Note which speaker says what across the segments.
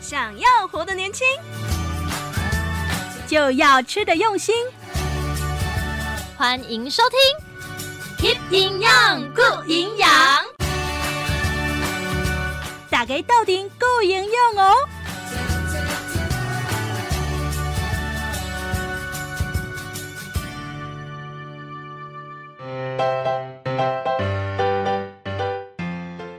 Speaker 1: 想要活得年轻，就要吃得用心。
Speaker 2: 欢迎收听 Keep 营养顾营养，
Speaker 1: 打给豆丁顾营用哦。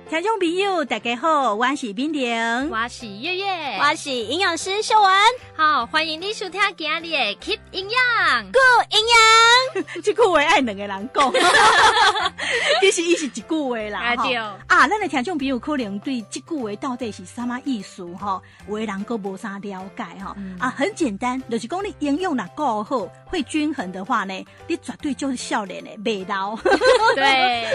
Speaker 1: 听众朋友，大家好，我是冰婷，
Speaker 2: 我是月月，
Speaker 1: 我是营养师秀文。
Speaker 2: 好，欢迎你收听今日的 Keep 营养。
Speaker 1: 顾营养， 这句话爱两个人讲， 其实伊是一句话啦。
Speaker 2: 啊
Speaker 1: 吼
Speaker 2: 对
Speaker 1: 啊，咱的听众朋友可能对这句话到底是什么意思吼，有的人佫无啥了解吼。
Speaker 2: 嗯
Speaker 1: 啊，很简单，就是讲你营养若够好，会均衡的话呢，你绝对就是少年的袂老。
Speaker 2: 对，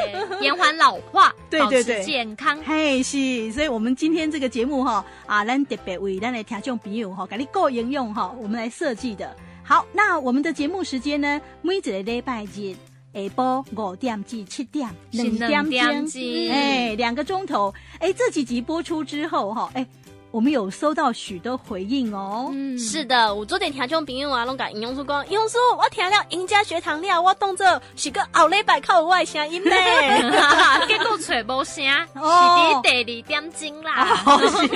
Speaker 2: 延缓老化，
Speaker 1: 对
Speaker 2: 保
Speaker 1: 对
Speaker 2: 持
Speaker 1: 对
Speaker 2: 健康。
Speaker 1: 嘿，是，所以我们今天这个节目哈啊，咱特别为咱的听众朋友哈，给你够应用哈，我们来设计的。好，那我们的节目时间呢，每一个礼拜日下晡五点至七点，
Speaker 2: 是
Speaker 1: 两点
Speaker 2: 两点钟
Speaker 1: 钟，哎，两个钟头。哎，这几集播出之后哈，哎，我们有收到许多回应哦。
Speaker 2: 嗯，
Speaker 3: 是的，有做点听众朋友啊，拢甲营养师讲，营养师，我听了赢家学堂了，我当作是个后礼拜靠有我的声音咧。
Speaker 2: 结果找无声，是
Speaker 1: 哦
Speaker 2: 伫第二点钟啦。
Speaker 1: 哦，是，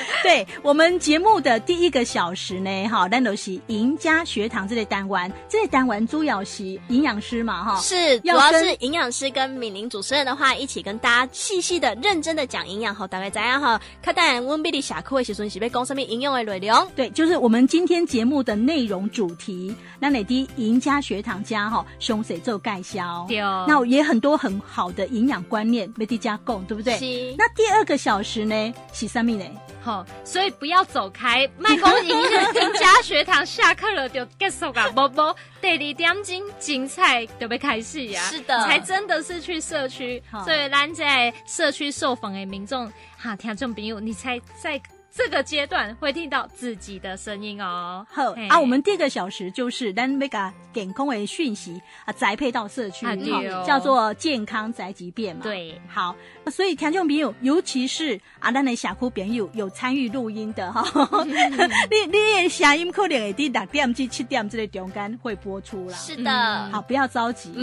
Speaker 1: 对我们节目的第一个小时呢，哈，咱都是赢家学堂这类单元，这类单元主要是营养师嘛，哈，
Speaker 3: 是，主
Speaker 1: 要
Speaker 3: 要
Speaker 1: 跟
Speaker 3: 是营养师跟敏玲主持人的话，一起跟大家细细的、认真的讲营养吼，大概怎样吼？看当然，温比利下课的时阵是要讲什么营养的内容？
Speaker 1: 对，就是我们今天节目的内容主题，那哪滴赢家学堂家哈，熊水做盖销，
Speaker 2: 对，
Speaker 1: 那也很多很好的营养观念被大家供，对不对？
Speaker 3: 是
Speaker 1: 那第二个小时呢，是什么呢？
Speaker 2: 好，所以不要走开，卖公营赢家学堂下课了就结束啊，波波第二点钟精彩就要开始啊呀、
Speaker 3: 是的
Speaker 2: 才真的是去社区
Speaker 1: 嗯好，
Speaker 2: 所以咱在社区受访的民众哈，听众朋友，你才在这个阶段会听到自己的声音哦。
Speaker 1: 好
Speaker 2: 嘿
Speaker 1: 啊，我们第二个小时就是咱要把健康的讯息啊宅配到社区，
Speaker 2: 啊对哦
Speaker 1: 哈叫做健康宅急便嘛。。
Speaker 2: 对
Speaker 1: 好，所以听众朋友，尤其是啊，咱的社区朋友有参与录音的哈，
Speaker 2: 嗯
Speaker 1: 你 你的声音可能会在六点至七点这个中间会播出啦。
Speaker 3: 是
Speaker 2: 的嗯
Speaker 1: 好，不要着急。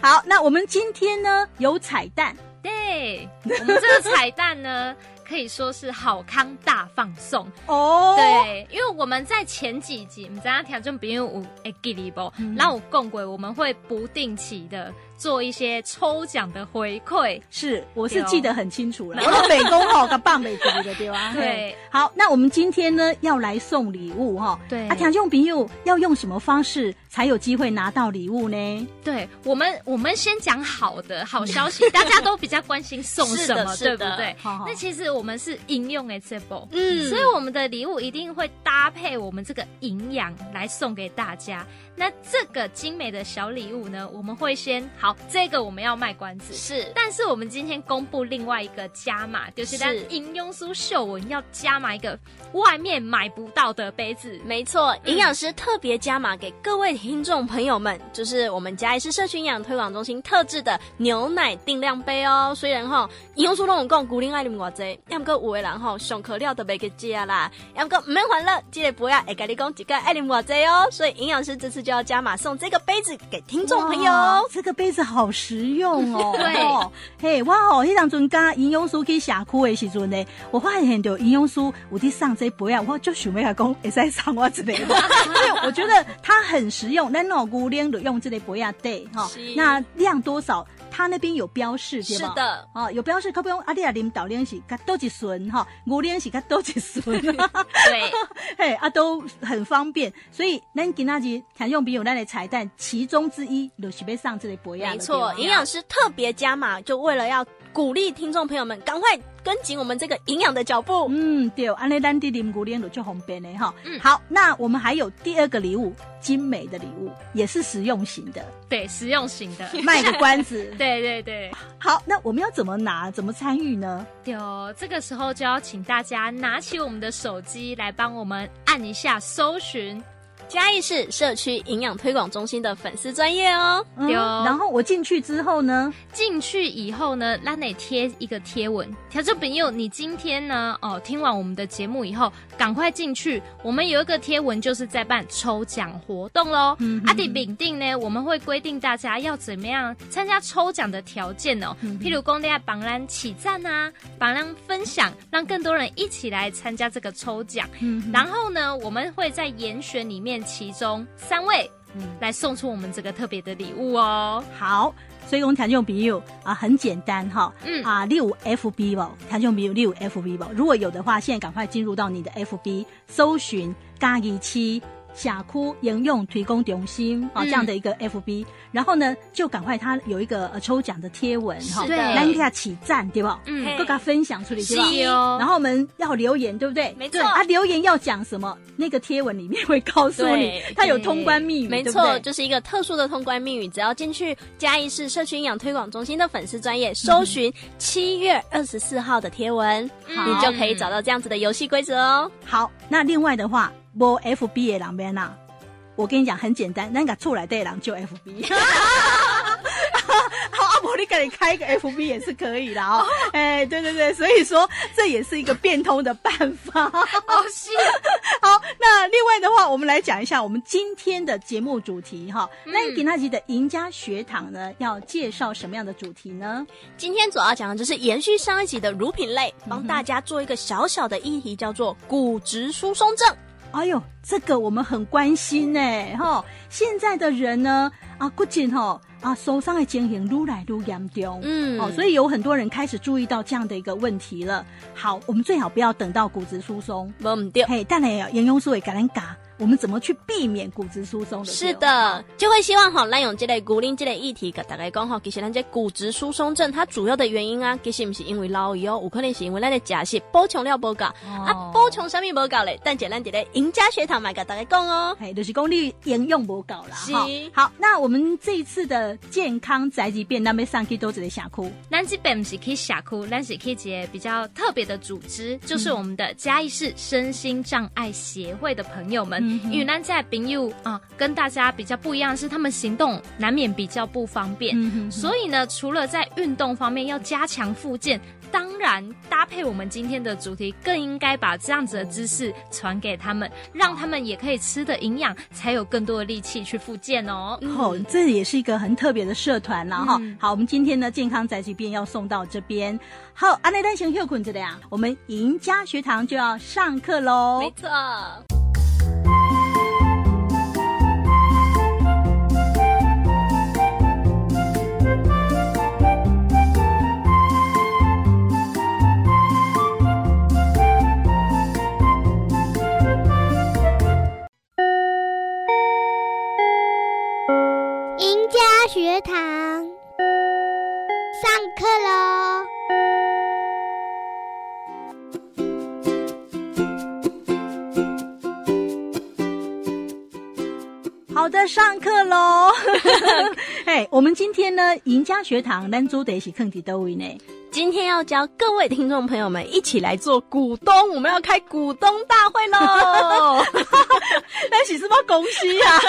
Speaker 1: 好，那我们今天呢有彩蛋，
Speaker 2: 对，我们这个彩蛋呢，可以说是好康大放送。
Speaker 1: 哦，
Speaker 2: 对，因为我们在前几集，你知道听众朋友有会记得不？
Speaker 1: 嗯
Speaker 2: 然后我共轨，我们会不定期的做一些抽奖的回馈。
Speaker 1: 是，我
Speaker 2: 对
Speaker 1: 是
Speaker 2: 哦
Speaker 1: 记得很清楚了。我的美工吼，跟棒美族的对吧？
Speaker 2: 对
Speaker 1: 嘿。好，那我们今天呢要来送礼物哈。
Speaker 2: 对
Speaker 1: 啊，听众朋友要用什么方式才有机会拿到礼物呢？
Speaker 2: 对我们，我们先讲好的好消息，大家都比较关心送
Speaker 3: 是
Speaker 2: 什
Speaker 3: 的
Speaker 2: 么，
Speaker 3: 是
Speaker 2: 对不
Speaker 3: 的
Speaker 2: 对？
Speaker 1: 好好
Speaker 2: 那其实我们是应用 a c c e b l e
Speaker 3: 嗯
Speaker 2: 所以我们的礼物一定会搭配我们这个营养来送给大家。那这个精美的小礼物呢，我们会先好，这个我们要卖关子。
Speaker 3: 是
Speaker 2: 但是我们今天公布另外一个加码，就是
Speaker 3: 是
Speaker 2: 在应用苏秀文要加码一个外面买不到的杯 子。
Speaker 3: 没错，营养师特别加码给各位听众朋友们，就是我们嘉义市社区营养推广中心特制的牛奶定量杯哦。虽然吼，营养师拢有讲，古灵爱啉偌济，要么过有的人吼上课了都袂去食啦，要么过唔免烦恼，这个杯啊会甲你讲一个爱啉偌济哦。所以营养师这次就要加码送这个杯子给听众朋友
Speaker 1: 哇
Speaker 3: 哦。
Speaker 1: 这个杯子好实用 哦。
Speaker 2: 对
Speaker 1: 哦，嘿，我哦，迄当阵甲营养师去社区的时阵呢，我发现到营养师有伫送这杯啊，我就想要讲，会使送我一个 吗？因为我觉得它很实用，咱老姑娘就用这个杯啊对哈
Speaker 3: 是，
Speaker 1: 那量多少，它那边有标示，对
Speaker 3: 是
Speaker 1: 吧？
Speaker 3: 的，
Speaker 1: 哦，有标示，可不用啊！你啊，啉豆奶是甲多一顺哈，牛奶是甲多一顺，
Speaker 2: 对，
Speaker 1: 嘿啊，都很方便。所以咱今仔日常用朋友咱的彩蛋，其中之一就是要上这个博雅。
Speaker 3: 没错，
Speaker 1: 对
Speaker 3: 营
Speaker 1: 吗
Speaker 3: 养师特别加码，就为了要鼓励听众朋友们赶快跟紧我们这个营养的脚步。
Speaker 1: 嗯，对，安尼咱伫啉牛奶就就方便的哈。
Speaker 2: 嗯
Speaker 1: 好，那我们还有第二个礼物，精美的礼物，也是实用型 的，
Speaker 2: 对，实用型的。。
Speaker 1: 卖个关子
Speaker 2: 对对对，
Speaker 1: 好，那我们要怎么拿，怎么参与呢？
Speaker 2: 有这个时候就要请大家拿起我们的手机来帮我们按一下搜寻
Speaker 3: 嘉义市社区营养推广中心的粉丝专业哦。
Speaker 1: 嗯
Speaker 2: 对哦
Speaker 1: 然后我进去之后呢，
Speaker 2: 进去以后呢，拉内贴一个贴文，调这朋友，你今天呢，哦，听完我们的节目以后，赶快进去，我们有一个贴文就是在办抽奖活动喽。
Speaker 1: 嗯哼
Speaker 2: 阿弟丙定呢，我们会规定大家要怎么样参加抽奖的条件哦，
Speaker 1: 嗯
Speaker 2: 譬如公家榜单起赞啊，榜单分享，让更多人一起来参加这个抽奖。
Speaker 1: 嗯
Speaker 2: 然后呢，我们会在严选里面其中三位
Speaker 1: 嗯
Speaker 2: 来送出我们这个特别的礼物哦。
Speaker 1: 好，所以讲听众朋友啊，很简单哈。
Speaker 2: 嗯
Speaker 1: 啊，你有 FB 不？听众朋友，你有 FB 不？哦如果有的话，现在赶快进入到你的 FB，搜寻嘉义区社区应用推广中心啊
Speaker 2: 嗯
Speaker 1: 这样的一个 FB，、然后呢，就赶快它有一个呃抽奖的贴文哈，
Speaker 3: 是
Speaker 2: 的
Speaker 1: 来给它起赞对不？
Speaker 2: 嗯
Speaker 3: 嘿
Speaker 1: 各个分享出去对吧？
Speaker 2: 是哦
Speaker 1: 然后我们要留言，对不对？
Speaker 3: 没错
Speaker 1: 对啊，留言要讲什么？那个贴文里面会告诉你
Speaker 3: 对，
Speaker 1: 它有通关密语，
Speaker 3: 没
Speaker 1: 对不
Speaker 3: 错，
Speaker 1: 对
Speaker 3: 就是一个特殊的通关密语，只要进去嘉义市社区营养推广中心的粉丝专
Speaker 1: 嗯
Speaker 3: 业，搜寻七月二十四号的贴文，
Speaker 1: 嗯
Speaker 2: 好
Speaker 3: 你就可以找到这样子的游戏规则哦。
Speaker 1: 好，那另外的话，无 FB 的人边呐，我跟你讲很简单，咱个厝内底的人就 FB。好，阿伯，啊你赶紧开一个 FB 也是可以啦哦。哎、对对对，所以说这也是一个变通的办法。
Speaker 2: 哦，是
Speaker 1: 好，那另外的话，我们来讲一下我们今天的节目主题哈。
Speaker 2: 嗯
Speaker 1: 那给那集的赢家学堂呢，要介绍什么样的主题呢？
Speaker 3: 今天主要讲的就是延续上一集的乳品类，
Speaker 1: 嗯
Speaker 3: 帮大家做一个小小的议题，叫做骨质疏松症。
Speaker 1: 哎呦，这个我们很关心呢、哈。现在的人呢，啊，骨质哈啊，受伤的情形愈来愈严重。
Speaker 3: 嗯
Speaker 1: 哦，所以有很多人开始注意到这样的一个问题了。好，我们最好不要等到骨质疏松，
Speaker 3: 我们丢。
Speaker 1: 嘿，但也严庸素也赶紧嘎，我们怎么去避免骨质疏松的？
Speaker 3: 是，的，就会希望吼，咱用这类骨龄这类议题，给大家讲吼，其实咱这骨质疏松症它主要的原因啊，其实不是因为老油，有可能是因为咱的假食补充料不够，啊
Speaker 2: 哦，
Speaker 3: 补充什么无够嘞？但姐咱伫咧赢家学堂嘛，给大家讲哦。
Speaker 1: 嘿，就是功率应用不够啦。
Speaker 3: 是
Speaker 1: 哈好，那我们这一次的健康宅急便，那边上去都只能想哭。
Speaker 2: 咱这边不是去社区，咱是去一个比较特别的组织，就是我们的嘉义市身心障碍协会的朋友们。
Speaker 1: 嗯哼
Speaker 2: 因为咱在朋友啊、跟大家比较不一样的是，他们行动难免比较不方便，
Speaker 1: 嗯哼
Speaker 2: 所以呢，除了在运动方面要加强复健。当然，搭配我们今天的主题，更应该把这样子的知识传给他们，让他们也可以吃的营养，才有更多的力气去复健哦。
Speaker 1: 哦，这也是一个很特别的社团啦哈、
Speaker 2: 嗯
Speaker 1: 好，我们今天呢健康宅急便要送到这边。好，安内丹先休困着的呀，我们赢家学堂就要上课喽。
Speaker 3: 没错，
Speaker 4: 赢家学堂，上课喽！
Speaker 1: 好的，上课喽。 嘿，我们今天呢赢家学堂咱做的一起坑底都位 呢。
Speaker 3: 今天要教各位听众朋友们一起来做股东，我们要开股东大会喽！
Speaker 1: 那是什么公司啊呀、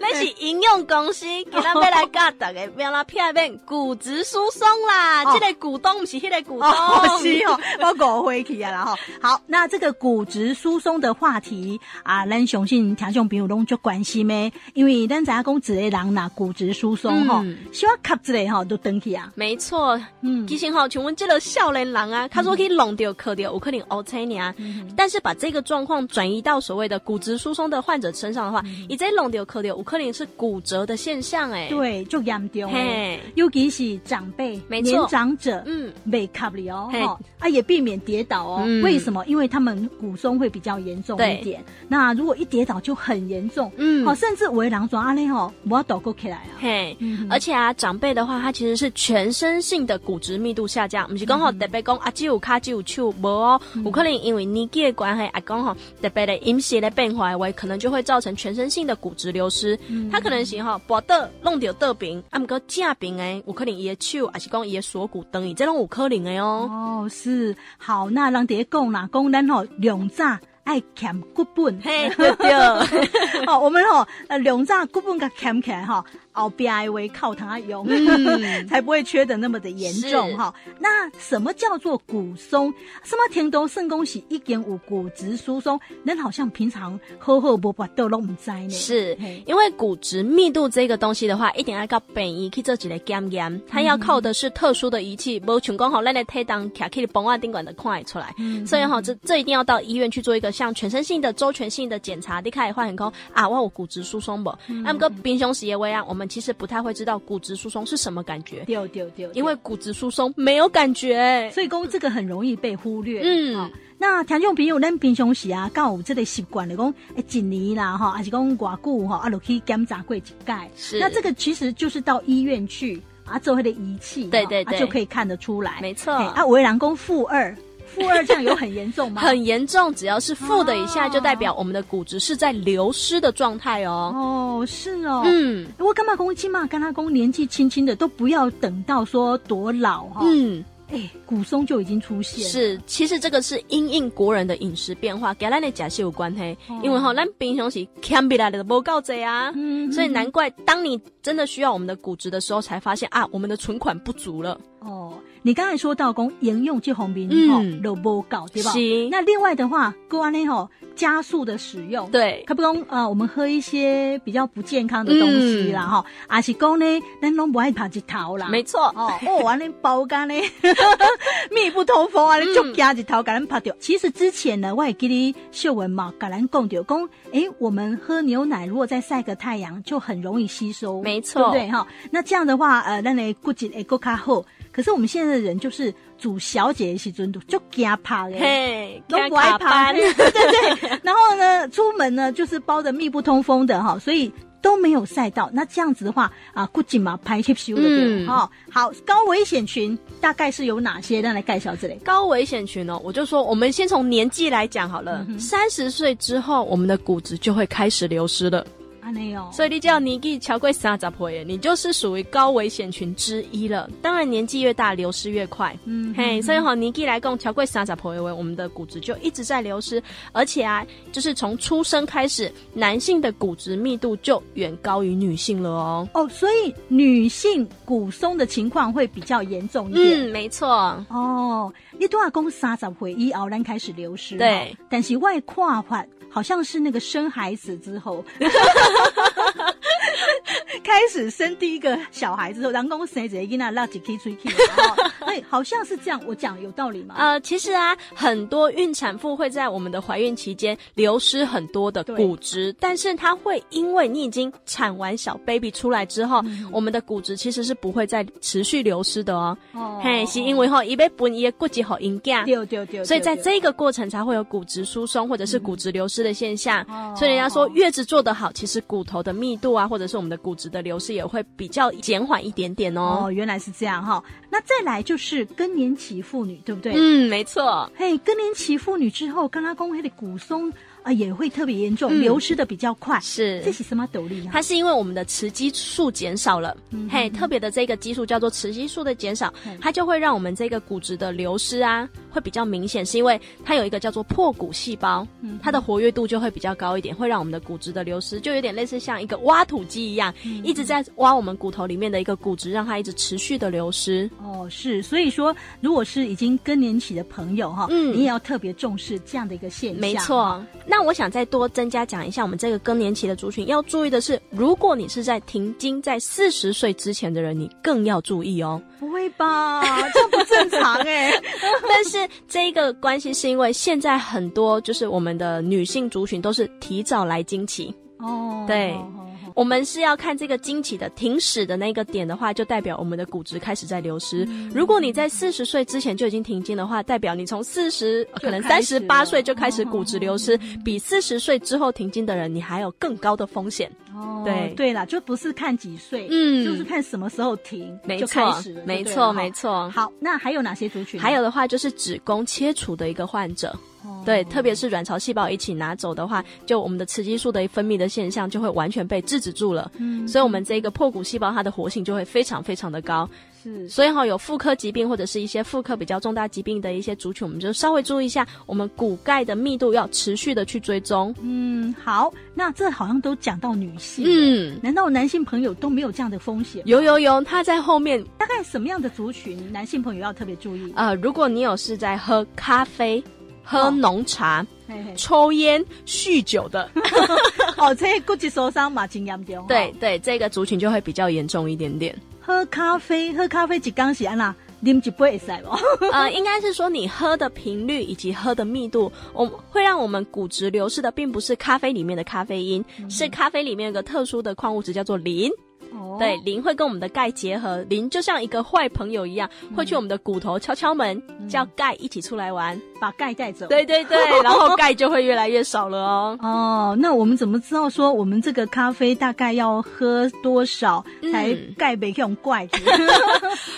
Speaker 3: 那是应用公司，今仔要来教大家要啦片面骨质疏松啦，
Speaker 1: 哦
Speaker 3: 这个股东不是迄个股东，
Speaker 1: 哦，是哦， 我误会去啊啦哈。好，那这个骨质疏松的话题啊，咱相信听众朋友拢足关心咩？因为咱知影讲，一个人呐骨质疏松吼
Speaker 3: 嗯，
Speaker 1: 小可卡一个吼都登去啊。
Speaker 3: 没错，
Speaker 1: 嗯，
Speaker 3: 其实吼，像阮这个少年人啊，他说可以弄掉、磕掉，有可能 OK 你啊。
Speaker 1: 嗯
Speaker 3: 但是把这个状况转移到所谓的骨质疏松的患者身上的
Speaker 1: 嗯
Speaker 3: 话，你这弄掉、磕掉，有可能是骨折的现象哎、，
Speaker 1: 对，就严重诶，
Speaker 3: 嘿，
Speaker 1: 尤其是长辈、
Speaker 3: 没错
Speaker 1: 年长者，
Speaker 3: 嗯，
Speaker 1: 被卡了哦，
Speaker 3: 嘿
Speaker 1: 吼啊也避免跌倒哦。
Speaker 3: 嗯
Speaker 1: 为什么？因为他们骨松会比较严重
Speaker 3: 对
Speaker 1: 一点，那如果一跌倒就很严重，
Speaker 3: 嗯
Speaker 1: 好，甚至为狼抓阿内吼，我要倒过起来啊。
Speaker 3: 嘿。
Speaker 1: 嗯哼
Speaker 3: 而且啊，长辈的话，他其实是全身性的骨质密度下降，不是讲吼特别讲啊，只有骹只有手无哦，有可能因为年纪的关系，啊讲吼特别的饮食的变化的话，可能就会造成全身性的骨质流失。他可能是吼跋倒弄到倒病，啊毋过正病诶，有可能伊的手，还是讲伊的锁骨断去，这拢有可能的哦。
Speaker 1: 哦，是好，那人伫咧讲啦，讲咱吼量早爱欠骨本。
Speaker 3: 嘿，对对，
Speaker 1: 哦，我们吼、呃，两炸骨本给砍起来哈，后边还会靠它用，
Speaker 3: 嗯，
Speaker 1: 才不会缺的那么的严重
Speaker 3: 是
Speaker 1: 哈、那什么叫做骨松？什么天都肾恭喜一点五骨质疏松，人好像平常喝喝不不都拢唔知呢。
Speaker 3: 是
Speaker 1: 嘿，
Speaker 3: 因为骨质密度这个东西的话，一定要到本医去做一个检验，它要靠的是特殊的仪器，无像讲好咱的体重卡去帮啊顶管的看会出来。所以
Speaker 1: 嗯
Speaker 3: 哈、这这一定要到医院去做一个像全身性的、周全性的检查，你开始发现讲啊，我有骨质疏松不？
Speaker 1: 嗯
Speaker 3: 那么个平胸时的微啊，我们其实不太会知道骨质疏松是什么感觉，
Speaker 1: 丢丢丢，
Speaker 3: 因为骨质疏松没有感觉。
Speaker 1: 所以讲这个很容易被忽略。
Speaker 3: 嗯
Speaker 1: 哦那听众朋友，咱平常时啊，敢有这个习惯，就讲诶一年啦，哈，还是讲偌久哈，啊，就去检查过一届。
Speaker 3: 是
Speaker 1: 那这个其实就是到医院去啊，做那个仪器，
Speaker 3: 对
Speaker 1: 哦
Speaker 3: 对
Speaker 1: 啊
Speaker 3: 对
Speaker 1: 就可以看得出来。
Speaker 3: 没错
Speaker 1: 嘿啊，维兰公负二，负二这样有很严重吗？
Speaker 3: 很严重，只要是负的以下，就代表我们的骨质是在流失的状态哦。
Speaker 1: 哦，是哦，。
Speaker 3: 嗯
Speaker 1: 我干嘛公起码跟他公年纪轻轻的都不要等到说多老哈，哎、
Speaker 3: 嗯，
Speaker 1: 骨松就已经出现了，
Speaker 3: 是，其实这个是因应国人的饮食变化，跟咱的假是有关系。因为哈，咱平常时欠不来的不够多啊，
Speaker 1: 哦嗯
Speaker 3: 所以难怪当你真的需要我们的骨质的时候，才发现啊，我们的存款不足了。
Speaker 1: 哦，你刚才说到讲沿用这方面
Speaker 3: 嗯
Speaker 1: 吼，都不够对吧？
Speaker 3: 是
Speaker 1: 那另外的话，各安呢吼，加速的使用，，
Speaker 3: 对，
Speaker 1: 可不讲呃，我们喝一些比较不健康的东西啦哈，还是讲呢，咱拢不爱爬一头啦。
Speaker 3: 嗯没错，
Speaker 1: 哦哦，完了包干呢， 密不通风啊，你就夹一头给咱拍掉。其实之前呢，我也记得秀文嘛，给咱讲掉，讲诶，我们喝牛奶如果再晒个太阳，就很容易吸收，
Speaker 3: 没错
Speaker 1: 对不对哈？那这样的话，呃，咱的骨质会够较好。可是我们现在的人就是煮小姐的时阵都就惊怕嘞。
Speaker 3: 嘿，
Speaker 1: 都不
Speaker 3: 怕
Speaker 1: 爱爬， 对对对。然后呢，出门呢就是包的密不通风的哈，所以都没有晒到。那这样子的话啊，估计嘛拍吸收了对
Speaker 3: 嗯
Speaker 1: 哈、哦。好，高危险群大概是有哪些？让来介绍这类。
Speaker 3: 高危险群哦，我就说我们先从年纪来讲好
Speaker 1: 嗯
Speaker 3: 了，三十岁之后，我们的骨质就会开始流失了。
Speaker 1: 啊，没有。
Speaker 3: 所以你叫年纪超过三十岁耶，你就是属于高危险群之一了。当然，年纪越大，流失越快。
Speaker 1: 嗯
Speaker 3: 嘿，所以吼、年纪来讲，超过三十岁的话，我们的骨质就一直在流失，而且啊，就是从出生开始，男性的骨质密度就远高于女性了哦。
Speaker 1: 哦，所以女性骨松的情况会比较严重一点。
Speaker 3: 嗯，没错，
Speaker 1: 哦，你多少公三十回以后咱开始流失，
Speaker 3: 对，
Speaker 1: 但是外跨法好像是那个生孩子之 后，开始生第一个小孩之后，人工生一个囡仔落一 K 出去，哦哎，好像是这样，我讲有道理吗？
Speaker 3: 呃，其实啊，很多孕产妇会在我们的怀孕期间流失很多的骨质，但是它会因为你已经产完小 baby 出来之后，
Speaker 1: 嗯
Speaker 3: 我们的骨质其实是不会再持续流失的哦。
Speaker 1: 哦
Speaker 3: 嘿，是因为吼，一被分伊的骨质好营养。
Speaker 1: 丢丢丢，
Speaker 3: 所以在
Speaker 1: 对
Speaker 3: 这个过程才会有骨质疏松或者是骨质流失的现象。
Speaker 1: 嗯哦
Speaker 3: 所以人家说月子做得好，其实骨头的密度啊，或者是我们的骨质的流失也会比较减缓一点点哦。
Speaker 1: 哦，原来是这样哈、那再来就是更年期妇女，对不对？
Speaker 3: 嗯，没错。
Speaker 1: 嘿，更年期妇女之后，刚刚公黑的骨松啊、呃也会特别严重，
Speaker 3: 嗯
Speaker 1: 流失的比较快，
Speaker 3: 是
Speaker 1: 这是什么道理嗯啊？
Speaker 3: 它是因为我们的雌激素减少了，嘿，特别的这个激素叫做雌激素的减少
Speaker 1: 嗯，
Speaker 3: 它就会让我们这个骨质的流失啊，会比较明显，是因为它有一个叫做破骨细胞，它的活跃度就会比较高一点，会让我们的骨质的流失，就有点类似像一个挖土机一样，一直在挖我们骨头里面的一个骨质，让它一直持续的流失。
Speaker 1: 哦，是，所以说，如果是已经更年期的朋友哈，
Speaker 3: 嗯
Speaker 1: 你也要特别重视这样的一个现象。
Speaker 3: 没错，那我想再多增加讲一下，我们这个更年期的族群要注意的是，如果你是在停经在四十岁之前的人，你更要注意哦。
Speaker 1: 不会吧？ 这样不正常 哎、
Speaker 3: 但是这一个关系是因为现在很多就是我们的女性族群都是提早来经期，
Speaker 1: 哦，
Speaker 3: 对
Speaker 1: 好好好
Speaker 3: 我们是要看这个经期的停止的那个点的话，就代表我们的骨质开始在流失。
Speaker 1: 嗯
Speaker 3: 如果你在四十岁之前就已经停经的话，代表你从四十可能
Speaker 1: 开
Speaker 3: 三
Speaker 1: 始
Speaker 3: 十
Speaker 1: 了
Speaker 3: 八岁就开始骨质流失，比四十岁之后停经的人，你还有更高的风险。
Speaker 1: 哦，
Speaker 3: 对
Speaker 1: 对啦，就不是看几岁，
Speaker 3: 嗯
Speaker 1: 就是看什么时候停，
Speaker 3: 没
Speaker 1: 就开
Speaker 3: 错
Speaker 1: 始了，
Speaker 3: 没
Speaker 1: 就对
Speaker 3: 错，
Speaker 1: 了
Speaker 3: 没。错
Speaker 1: 哈。好，那还有哪些族群呢？
Speaker 3: 还有的话就是子宫切除的一个患者，
Speaker 1: 哦
Speaker 3: 对，特别是卵巢细胞一起拿走的话，就我们的雌激素的分泌的现象就会完全被制止住了。
Speaker 1: 嗯
Speaker 3: 所以，我们这个破骨细胞它的活性就会非常非常的高，
Speaker 1: 是
Speaker 3: 所以哈、有妇科疾病或者是一些妇科比较重大疾病的一些族群，我们就稍微注意一下，我们骨钙的密度要持续的去追踪。
Speaker 1: 嗯，好，那这好像都讲到女性，，
Speaker 3: 嗯，
Speaker 1: 难道男性朋友都没有这样的风险？
Speaker 3: 有有有，它在后面
Speaker 1: 大概什么样的族群男性朋友要特别注意？
Speaker 3: 呃，如果你有是在喝咖啡、喝
Speaker 1: 哦
Speaker 3: 浓茶、
Speaker 1: 嘿嘿
Speaker 3: 抽烟、酗酒 的，
Speaker 1: 哦，这骨质受伤嘛，真严重。
Speaker 3: 对
Speaker 1: 哦，
Speaker 3: 对，这个族群就会比较严重一点点。
Speaker 1: 喝咖啡，喝咖啡一缸是安啦，啉一杯会使哦。
Speaker 3: 呃，应该是说你喝的频率以及喝的密度，我们会让我们骨质流失的并不是咖啡里面的咖啡因，是咖啡里面有个特殊的矿物质叫做磷。
Speaker 1: 哦
Speaker 3: 对，，磷会跟我们的钙结合，磷就像一个坏朋友一样，会去我们的骨头敲敲门，叫钙一起出来玩。
Speaker 1: 把钙带走。
Speaker 3: 嗯 对对对， 然后钙就会越来越少了哦。
Speaker 1: 哦，那我们怎么知道说我们这个咖啡大概要喝多少
Speaker 3: 嗯
Speaker 1: 才钙被用怪去？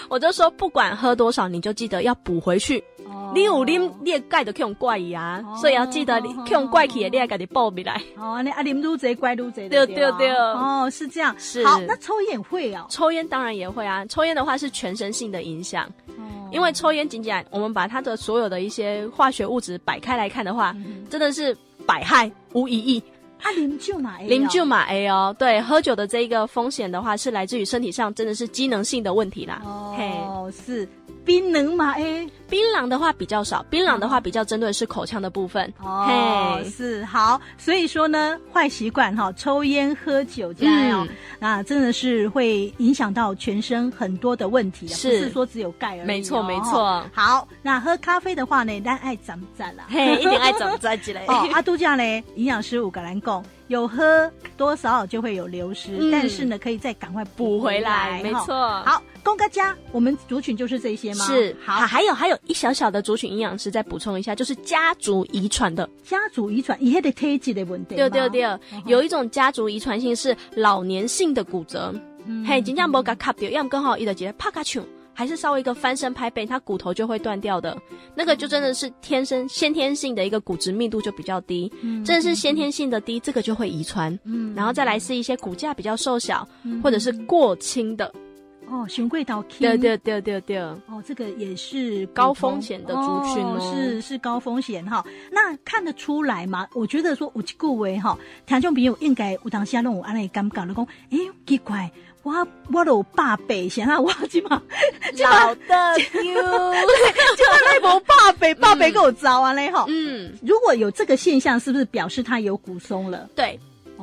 Speaker 3: 我就说，不管喝多少，你就记得要补回去。
Speaker 1: 哦
Speaker 3: 你有啉，你的钙就去用怪去啊，
Speaker 1: 哦
Speaker 3: 所以要记 得你去用怪去的，你要家己补起来。
Speaker 1: 哦，那啊，啉愈贼怪愈贼。
Speaker 3: 对
Speaker 1: 对吧
Speaker 3: 对对
Speaker 1: 哦，是这样。
Speaker 3: 是
Speaker 1: 好，那抽烟会哦，
Speaker 3: 抽烟当然也会啊，抽烟的话是全身性的影响，因为抽烟仅仅我们把它的所有的一些化学物质摆开来看的话，
Speaker 1: 嗯
Speaker 3: 真的是百害无一益。
Speaker 1: 啊，啉酒哪会哦？
Speaker 3: 零就马 A 哦，对，喝酒的这一个风险的话，是来自于身体上真的是机能性的问题啦。嘿，
Speaker 1: 哦，是槟榔嘛？哎，
Speaker 3: 槟榔的话比较少，槟榔的话比较针对是口腔的部分。
Speaker 1: 哦，
Speaker 3: 嘿，
Speaker 1: 是好，所以说呢，坏习惯哈，抽烟、喝酒这样
Speaker 3: 嗯
Speaker 1: 哦，那真的是会影响到全身很多的问题，啊，
Speaker 3: 是
Speaker 1: 不是说只有钙而已、哦。
Speaker 3: 没错没
Speaker 1: 哈。
Speaker 3: 错，
Speaker 1: 好，那喝咖啡的话呢，咱爱怎么赞啦？
Speaker 3: 嘿，一定爱怎么在起 来？
Speaker 1: 哦，阿杜酱嘞，营养师五个兰贡有喝多少就会有流失，
Speaker 3: 嗯
Speaker 1: 但是呢，可以再赶快
Speaker 3: 补回来，
Speaker 1: 来。
Speaker 3: 没
Speaker 1: 哈。
Speaker 3: 错。
Speaker 1: 好，公哥家，我们族群就是这些吗？
Speaker 3: 是
Speaker 1: 好，
Speaker 3: 还有还有一小小的族群营养师再补充一下，就是家族遗传的，
Speaker 1: 家族遗传，伊迄个体质的问题嘛。
Speaker 3: 对对对，有一种家族遗传性是老年性的骨折，
Speaker 1: 嗯，
Speaker 3: 嘿，真正无甲卡掉，要么刚好伊的直接啪卡抢，还是稍微一个翻身拍背，它骨头就会断掉的。那个就真的是天生先天性的一个骨质密度就比较低，真的是先天性的低，这个就会遗传。
Speaker 1: 嗯
Speaker 3: 然后再来是一些骨架比较瘦小，或者是过轻的，
Speaker 1: 哦，熊贵岛 K，
Speaker 3: 对对对对对，
Speaker 1: 哦，这个也是普通
Speaker 3: 高风险的族群哦
Speaker 1: 是是高风险哈。那看得出来吗？我觉得说有一句话哈，听众朋友应该有当下让我安尼感觉就讲，诶、奇怪，我我都有百倍，现在我即嘛
Speaker 3: 老的 丢，
Speaker 1: 即嘛那
Speaker 3: 哦
Speaker 1: 无百倍， 百倍够糟啊嘞哈。
Speaker 3: 嗯，
Speaker 1: 如果有这个现象，是不是表示他有骨松了？哦
Speaker 3: 对，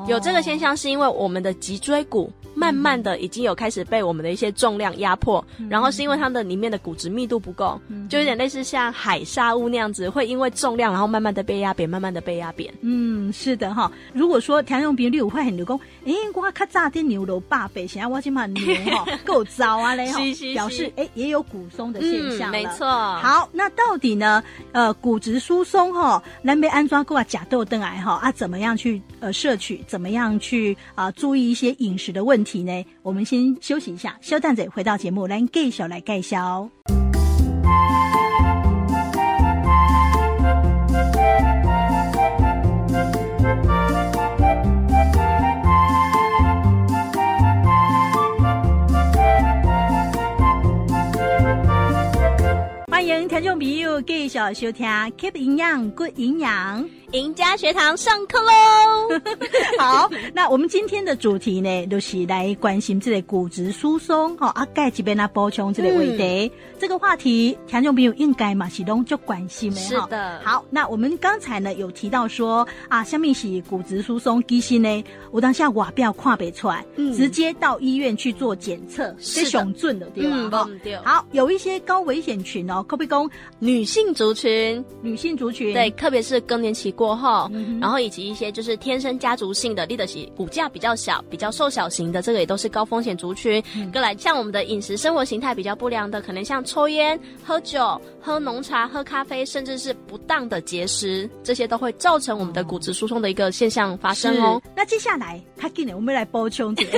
Speaker 3: 有这个现象是因为我们的脊椎骨慢慢的已经有开始被我们的一些重量压迫，
Speaker 1: 嗯
Speaker 3: 然后是因为它的里面的骨质密度不够，就有点类似像海沙屋那样子，会因为重量然后慢慢的被压扁，慢慢的被压扁。
Speaker 1: 嗯，是的哈。如果说调用频率有发现就讲，诶、我较早的牛肉八倍，现在我即嘛牛哈 够糟啊嘞哈
Speaker 3: 是是，
Speaker 1: 表
Speaker 3: 是
Speaker 1: 示诶、也有骨松的现象、
Speaker 3: 嗯没。错。好，
Speaker 1: 好，那到底呢？呃，骨质疏松哈，南北安装过啊，假豆灯癌哈啊，怎么样去呃摄取？怎么样去啊、注意一些饮食的问题呢？我们先休息一下，休蛋仔回到节目，来介绍来介绍。欢迎听众朋友继续收听 Keep 营养 Good 营养。
Speaker 3: 赢家学堂上课喽！
Speaker 1: 好，那我们今天的主题呢，就是来关心这个骨质疏松哦，啊，钙这边呢补充这个话
Speaker 3: 嗯
Speaker 1: 题。这个话题，听众朋友应该嘛是拢就关心的
Speaker 3: 是
Speaker 1: 哈
Speaker 3: 的
Speaker 1: 好，那我们刚才呢有提到说啊，下面是骨质疏松，其实呢，我当下外表看不出来，
Speaker 3: 嗯
Speaker 1: 直接到医院去做检测，
Speaker 3: 是的
Speaker 1: 熊准的对吧？哈
Speaker 3: 忘嗯掉。好，
Speaker 1: 好，有一些高危险群哦，可比讲
Speaker 3: 女性族群，
Speaker 1: 女性族群，
Speaker 3: 对，，特别是更年期过后，
Speaker 1: 嗯嗯哼
Speaker 3: 然后以及一些就是天生家族性的，立得起骨架比较小、比较瘦小型的，这个也都是高风险族群。
Speaker 1: 嗯
Speaker 3: 再来，像我们的饮食生活形态比较不良的，可能像抽烟、喝酒、喝浓茶、喝咖啡，甚至是不当的节食，这些都会造成我们的骨质疏松的一个现象发生哦。
Speaker 1: 哦是。那接下来，较紧的，我们来 补充一下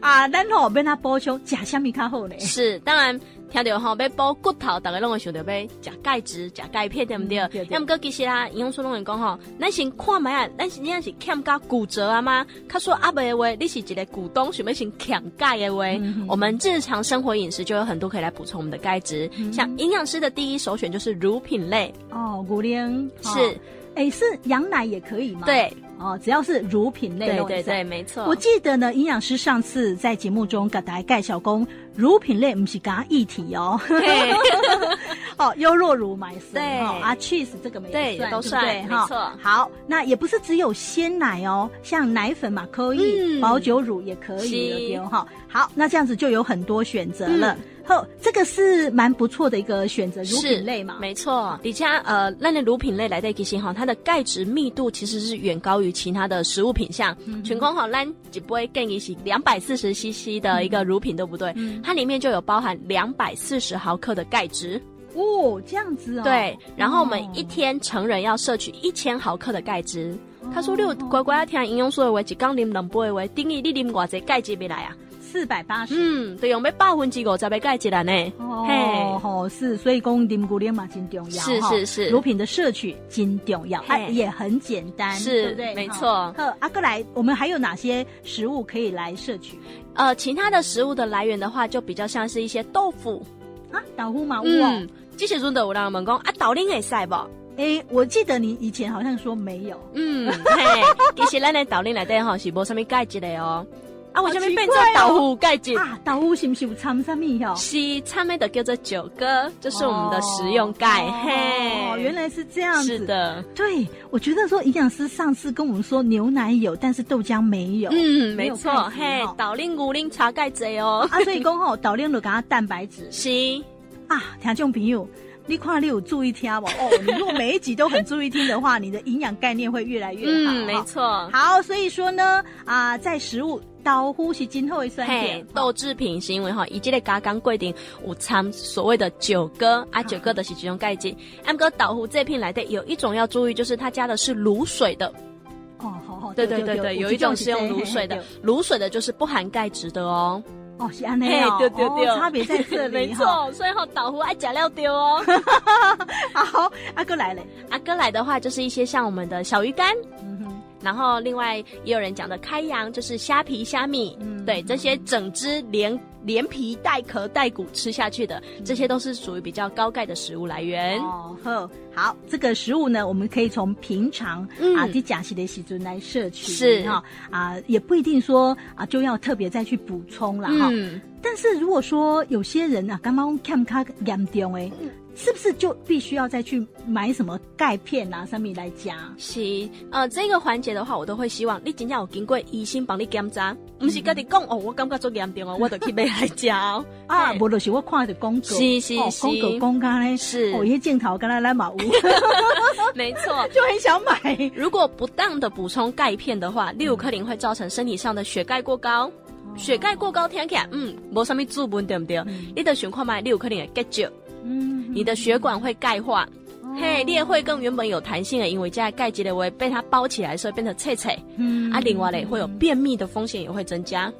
Speaker 1: 啊，咱吼要哪补充，食什么较好呢？
Speaker 3: 是，当然听到吼要补骨头，大家拢会想到要食钙质、食钙片，对毋
Speaker 1: 嗯对
Speaker 3: 对？
Speaker 1: 对
Speaker 3: 要毋过其实啊，营养师拢会讲吼，咱先看觅啊，咱是你若是欠甲骨折啊吗？他说阿伯的话，你是一个股东，想要先欠钙的话，
Speaker 1: 嗯
Speaker 3: 我们日常生活饮食就有很多可以来补充我们的钙质。
Speaker 1: 嗯
Speaker 3: 像营养师的第一首选就是乳品类，
Speaker 1: 哦，古灵
Speaker 3: 是、
Speaker 1: 哎、是羊奶也可以吗？，
Speaker 3: 对
Speaker 1: 哦，只要是乳品类
Speaker 3: 对
Speaker 1: 都可以
Speaker 3: 对对，。没错。
Speaker 1: 我记得呢，营养师上次在节目中给大家介绍过，乳品类不是刚一体哦，
Speaker 3: 嘿
Speaker 1: 哦，优酪乳买生，
Speaker 3: 对
Speaker 1: 哦啊，cheese 这个没
Speaker 3: 对
Speaker 1: 算，
Speaker 3: 都
Speaker 1: 对不
Speaker 3: 算
Speaker 1: 对
Speaker 3: 没
Speaker 1: 哈
Speaker 3: 错
Speaker 1: 好，那也不是只有鲜奶哦，像奶粉嘛可以，
Speaker 3: 嗯
Speaker 1: 保酒乳也可以了
Speaker 3: 是嗯
Speaker 1: 对哦哈。好，那这样子就有很多选择了。后这个是蛮不错的一个选择，乳
Speaker 3: 是
Speaker 1: 品类嘛，
Speaker 3: 没错。底下呃，那的乳品类来的其实哈，它的钙质密度其实是远高于其他的食物品项。
Speaker 1: 嗯
Speaker 3: 全光好，咱只不会更一起两百四十
Speaker 1: 嗯
Speaker 3: CC 的一个乳品，对不对？它里面就有包含两百四十毫克的钙质，
Speaker 1: 哦，这样子哦，
Speaker 3: 对。然后我们
Speaker 1: 哦
Speaker 3: 一天成人要摄取一千毫克的钙质。他
Speaker 1: 哦
Speaker 3: 说：“你有乖乖听营养素的话，一缸啉两杯的话，等于你啉偌济钙质未来啊？
Speaker 1: 四百八十。
Speaker 3: 嗯，对，用要百分之五十的钙质了呢。
Speaker 1: 哦，吼是，所以讲啉古啉嘛真重要，
Speaker 3: 嗯是
Speaker 1: 哈
Speaker 3: 是是
Speaker 1: 乳品的摄取真重要，啊
Speaker 3: 嘿
Speaker 1: 也很简单，
Speaker 3: 是
Speaker 1: 对不对？
Speaker 3: 没
Speaker 1: 哈
Speaker 3: 错
Speaker 1: 呵，阿哥来，我们还有哪些食物可以来摄取
Speaker 3: 呃，其他的食物的来源的话，就比较像是一些豆腐。
Speaker 1: 啊？导护嘛，哇，
Speaker 3: 嗯，这些阵都有人问讲啊，豆奶会使不？
Speaker 1: 诶，我记得你以前好像说没有，
Speaker 3: 嗯，嘿，其实咱的豆奶内底吼是无什么钙质的哦。啊，为什么
Speaker 1: 好奇怪
Speaker 3: 变成豆腐有钙质？
Speaker 1: 啊，导护是不是有掺什么哟？
Speaker 3: 是掺的叫做九哥，就是我们的食用钙。
Speaker 1: 哦
Speaker 3: 嘿，
Speaker 1: 哦，原来是这样子
Speaker 3: 是。的，
Speaker 1: 对，我觉得说营养师上次跟我们说牛奶有，但是豆浆没有。
Speaker 3: 嗯，
Speaker 1: 没
Speaker 3: 没
Speaker 1: 有
Speaker 3: 错，
Speaker 1: 钙质
Speaker 3: 嘿
Speaker 1: 哦，
Speaker 3: 豆奶牛奶茶钙质哦。
Speaker 1: 啊，所以讲吼， 导量就给它蛋白质。
Speaker 3: 是，
Speaker 1: 啊，听众朋友，你看你有注意听不？ 哦，你如果每一集都很注意听的话，你的营养概念会越来越好。
Speaker 3: 嗯，没。错。
Speaker 1: 好，所以说呢，啊、在食物导呼吸今后会酸
Speaker 3: 嘿
Speaker 1: 碱，
Speaker 3: 豆制品是因为吼，伊即个加工规定有掺所谓的九哥啊，
Speaker 1: 嗯
Speaker 3: 九哥的是几种钙质。啊，毋过豆腐这片来的有一种要注意，就是它加的是卤水的。
Speaker 1: 哦，好好，
Speaker 3: 对对对对，有一种是用卤水的，卤水的就是不含钙质的哦。
Speaker 1: 哦，是安内哦，
Speaker 3: 嘿对对 对
Speaker 1: 哦差别在这里
Speaker 3: 没
Speaker 1: 哈。
Speaker 3: 错，所以吼豆腐爱食料丢哦。
Speaker 1: 好，阿哥来了，
Speaker 3: 啊，哥来的话就是一些像我们的小鱼干。
Speaker 1: 嗯哼，
Speaker 3: 然后，另外也有人讲的开洋就是虾皮、虾米，
Speaker 1: 嗯
Speaker 3: 对这些整只连连皮带壳带骨吃下去的，这些都是属于比较高钙的食物来源。
Speaker 1: 嗯哦呵，好，这个食物呢，我们可以从平常、
Speaker 3: 嗯
Speaker 1: 啊，第假期的习俗来摄取，
Speaker 3: 是
Speaker 1: 哈啊，也不一定说啊就要特别再去补充了哈。
Speaker 3: 嗯，
Speaker 1: 但是如果说有些人啊，刚刚看他严重哎，
Speaker 3: 嗯
Speaker 1: 是不是就必须要再去买什么钙片啊、上面来加？
Speaker 3: 是，呃，这个环节的话，我都会希望你真正有经过医生帮你检查，不是跟你讲哦，我感觉做严重 哦，我就去买来吃哦。
Speaker 1: 啊，
Speaker 3: 嘿
Speaker 1: 无就是我看着广告，
Speaker 3: 是是
Speaker 1: 哦
Speaker 3: 是
Speaker 1: 广告广告呢，
Speaker 3: 是
Speaker 1: 哦，迄镜头跟咱咱嘛有，
Speaker 3: 没错。
Speaker 1: 就很想买。
Speaker 3: 如果不当的补充钙片的话，六克林会造成身体上的血钙过高。
Speaker 1: 哦
Speaker 3: 血钙过高听起来，嗯，无啥物滋味，对不对？你的想看麦，你有可能会结石，
Speaker 1: 嗯哦
Speaker 3: 你的血管会钙化，嘿，你也会跟原本有弹性的，因为在钙质的会被它包起来，所以变成脆脆。
Speaker 1: 嗯
Speaker 3: 啊，另外嘞，会有便秘的风险也会增加。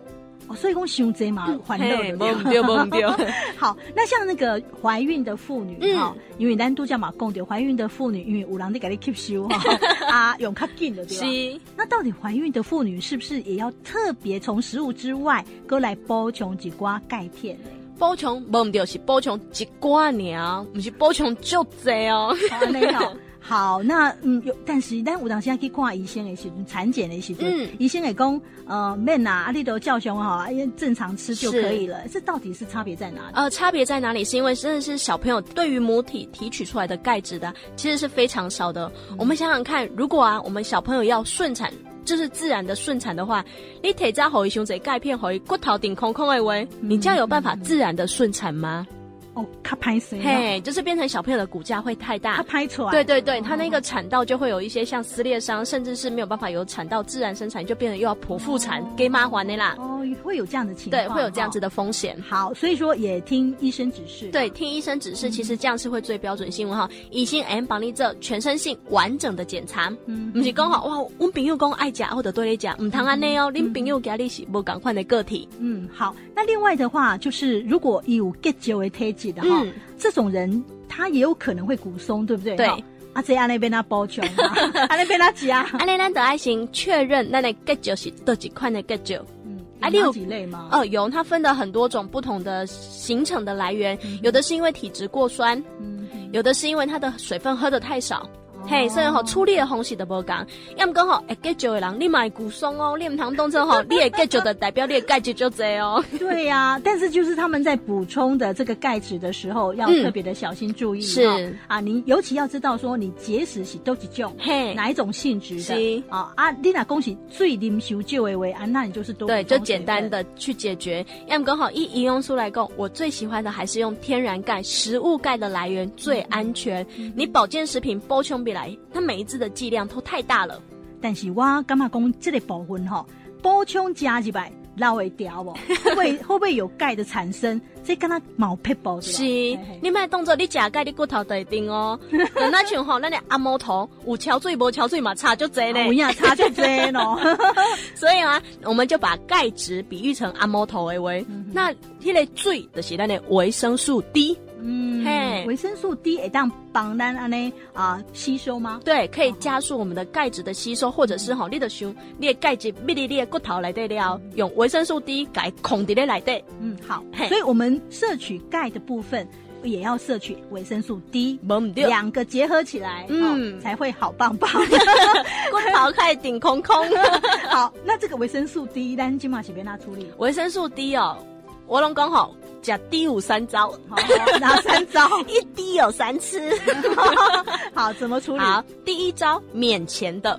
Speaker 1: 哦，所以讲伤济嘛，烦恼
Speaker 3: 嘿，
Speaker 1: 的
Speaker 3: 无唔对，无唔对。
Speaker 1: 好，那像那个怀孕的妇女
Speaker 3: 嗯
Speaker 1: 哈、因为咱度假嘛讲着怀孕的妇女，因为有人在给你吸收哈， 啊，用较紧的对吧？
Speaker 3: 是，
Speaker 1: 那到底怀孕的妇女是不是也要特别从食物之外，搁来补充几瓜钙 片呢？
Speaker 3: 补充无唔对，是补充一寡尔，唔是补充足济哦。
Speaker 1: 好，没有。好，那嗯，有，但是咱有当时去看医生的时候，产检的时候，
Speaker 3: 嗯
Speaker 1: 医生也讲，呃，免啦，啊，你都照常哈，因为正常吃就可以了。这到底是差别在哪里？
Speaker 3: 呃，差别在哪里？是因为真的是小朋友对于母体提取出来的钙质的啊，其实是非常少的。我们想想看，如果啊，我们小朋友要顺产，就是自然的顺产的话，你腿扎好一胸嘴钙片好一骨头顶空空的喂，你这样有办法自然的顺产吗？
Speaker 1: 哦，他拍谁？
Speaker 3: 嘿，就是变成小朋友的骨架会太
Speaker 1: 他
Speaker 3: 大。
Speaker 1: 拍出来。
Speaker 3: 对对对，他那个产道就会有一些像撕裂伤，甚至是没有办法有产道自然生产，就变成又要剖腹产，给妈还的啦。
Speaker 1: 哦。哦，会有这样的情况，
Speaker 3: 对，会有这样子
Speaker 1: 的。
Speaker 3: 的风险。
Speaker 1: 好，所以说也听医生指示。
Speaker 3: 对，，听医生指示，其实这样是会最标准性哈。乙型 M 绑例症全身性完整的检查，
Speaker 1: 嗯
Speaker 3: 不是讲好哇，阮朋友讲爱食或者对你讲，唔通安尼哦，恁朋友家你是无共款的个体，
Speaker 1: 嗯，好。那另外的话，就是如果有 get 结为贴质的哈，
Speaker 3: 嗯
Speaker 1: 这种人他也有可能会骨松，对不对？
Speaker 3: 对
Speaker 1: 哈。啊，这样那边他包穷 啊，啊那边他急啊。
Speaker 3: 安尼咱得爱先确认咱的结石是多几款的结石。
Speaker 1: 嗯，
Speaker 3: 啊你
Speaker 1: 有
Speaker 3: 有
Speaker 1: 哪几类吗？
Speaker 3: 哦，有它分了很多种不同的形成的来源，有的是因为体质过酸，
Speaker 1: 嗯，
Speaker 3: 有的是因为它的水分喝的太少。嘿，
Speaker 1: 哦
Speaker 3: 所以吼、处理的方式都无共，要么讲吼，会结石的人，你买骨松哦，你唔通当成吼，你会结石的代表你的钙质就多哦。
Speaker 1: 对呀、但是就是他们在补充的这个钙质的时候，要
Speaker 3: 嗯
Speaker 1: 特别的小心注意哈。
Speaker 3: 是
Speaker 1: 啊，你尤其要知道说你结石是都几种，
Speaker 3: 嘿，
Speaker 1: 哪一种性质的
Speaker 3: 是
Speaker 1: 啊啊，你哪恭喜最啉修就为为啊，那你就是多
Speaker 3: 对，
Speaker 1: 补充
Speaker 3: 就简
Speaker 1: 水
Speaker 3: 单
Speaker 1: 分
Speaker 3: 的去解决。要么刚好以饮用素来供，我最喜欢的还是用天然钙，食物钙的来源最安全。
Speaker 1: 嗯
Speaker 3: 你保健食品包穷比来，它每一支的剂量都太大了。
Speaker 1: 但是我感觉讲这个部分吼，补充加一百老会掉 哦，会不会会不会有钙的产生？这跟它毛撇包
Speaker 3: 是，你卖动作你假钙，你骨头得 定哦。等那群吼，那你阿毛头有桥最无桥最嘛差就贼嘞
Speaker 1: 我。呀哦差就这 咯。
Speaker 3: 所以啊，我们就把钙质比喻成阿毛头的
Speaker 1: 嗯
Speaker 3: 喂。那迄个最就是咱的维生素 D，
Speaker 1: 嗯，
Speaker 3: 嘿
Speaker 1: 维生素 D 会当帮咱安尼啊吸收吗？
Speaker 3: 对，可以加速我们的钙质的吸收，或者是吼，你的胸，你的钙质密你你的骨头来对了，用维生素 D 改孔底来对。
Speaker 1: 嗯，好，
Speaker 3: 嘿
Speaker 1: 所以我们摄取钙的部分也要摄取维生素 D。
Speaker 3: 无唔对，
Speaker 1: 两个结合起来，嗯、
Speaker 3: 嗯
Speaker 1: 才会好棒 棒。
Speaker 3: 骨头开始顶空空。
Speaker 1: 好，那这个维生素 D，咱今嘛是别拿处理，
Speaker 3: 维生素 D 哦，我拢讲吼，食 D 有三招，
Speaker 1: 好，拿三招，
Speaker 3: 一滴有三吃。
Speaker 1: 好，怎么处理？
Speaker 3: 好，第一招免钱的，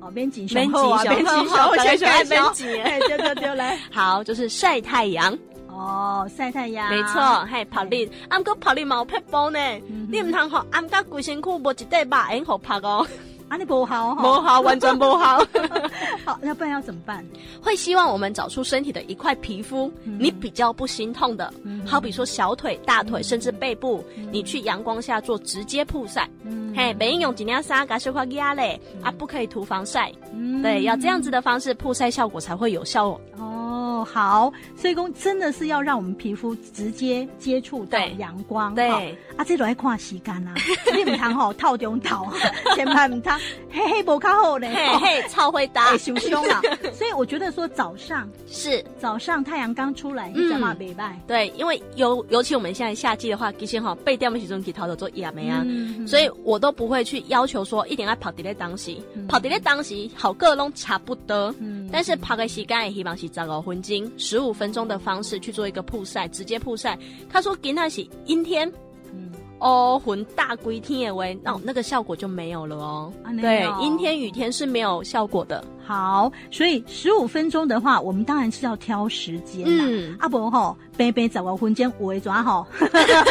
Speaker 1: 哦，边紧胸后啊，边
Speaker 3: 免
Speaker 1: 紧
Speaker 3: 钱
Speaker 1: 胸
Speaker 3: 好
Speaker 1: 后，
Speaker 3: 赶快
Speaker 1: 先
Speaker 3: 想要
Speaker 1: 改
Speaker 3: 免
Speaker 1: 胸，
Speaker 3: 钱。
Speaker 1: 哎，丢丢丢来，
Speaker 3: 好，就是晒太阳，
Speaker 1: 哦，晒太阳，
Speaker 3: 没错，，嘿，啊跑力，俺哥跑力嘛有撇步呢，
Speaker 1: 嗯
Speaker 3: 你唔通吼俺哥规身躯无一块肉会好拍哦。
Speaker 1: 啊，你不好
Speaker 3: 不
Speaker 1: 哈，
Speaker 3: 好，完全不好。
Speaker 1: 好，那不然要怎么办？
Speaker 3: 会希望我们找出身体的一块皮肤，
Speaker 1: 嗯
Speaker 3: 你比较不心痛的，
Speaker 1: 嗯
Speaker 3: 好比说小腿、大腿，甚至背部，你去阳光下做直接曝晒。
Speaker 1: 嗯
Speaker 3: 嘿，没用几件衫，嘎小块压嘞，啊，不可以涂防晒。
Speaker 1: 嗯
Speaker 3: 对，要这样子的方式曝晒效果才会有效哦。
Speaker 1: 哦，好，所以公真的是要让我们皮肤直接接触到
Speaker 3: 对
Speaker 1: 阳光，
Speaker 3: 对
Speaker 1: 哈啊，这种要看时间啊，你唔通吼套中套啊，千万唔通，嘿嘿，无较好嘞，
Speaker 3: 嘿
Speaker 1: 哦
Speaker 3: 嘿，超会搭
Speaker 1: 会，受伤啊，所以我觉得说早上
Speaker 3: 是。早
Speaker 1: 早上太阳刚出来，你
Speaker 3: 嗯
Speaker 1: 知道吗？北拜，
Speaker 3: 对，因为尤尤其我们现在夏季的话，其实哈被掉的时候给头的做亚美啊，
Speaker 1: 嗯
Speaker 3: 所以我都不会去要求说一定要跑伫咧当时，跑伫咧当时好个拢差不多。
Speaker 1: 嗯
Speaker 3: 但是跑个时间也希望是十五分钟、十五分钟的方式去做一个曝晒，直接曝晒。他说今天是阴天，
Speaker 1: 嗯
Speaker 3: 哦，魂大归天的喂，那、那个效果就没有了哦。
Speaker 1: 啊那
Speaker 3: 对
Speaker 1: 样哦，
Speaker 3: 阴天雨天是没有效果的。
Speaker 1: 好，所以十五分钟的话，我们当然是要挑时间啦。
Speaker 3: 嗯
Speaker 1: 啊不吼，白白十五分钟有的抓吼，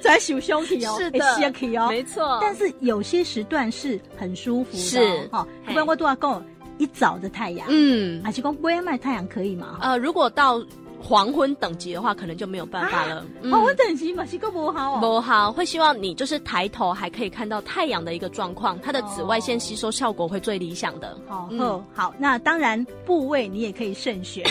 Speaker 1: 在受伤去哦，
Speaker 3: 是
Speaker 1: 会
Speaker 3: 的
Speaker 1: 歇去哦。
Speaker 3: 嗯没错。
Speaker 1: 但是有些时段是很舒服的、
Speaker 3: 是
Speaker 1: 哈，不
Speaker 3: 嘿
Speaker 1: 然我都要讲一早的太阳，
Speaker 3: 嗯
Speaker 1: 还是讲不要卖太阳可以嘛？
Speaker 3: 呃，如果到黄昏等级的话，可能就没有办法了。嗯
Speaker 1: 哦，我等级嘛是够不好哦。
Speaker 3: 不好，会希望你就是抬头还可以看到太阳的一个状况，它的紫外线吸收效果会最理想的。
Speaker 1: 好、
Speaker 3: 嗯
Speaker 1: 哦好好，那当然部位你也可以慎选。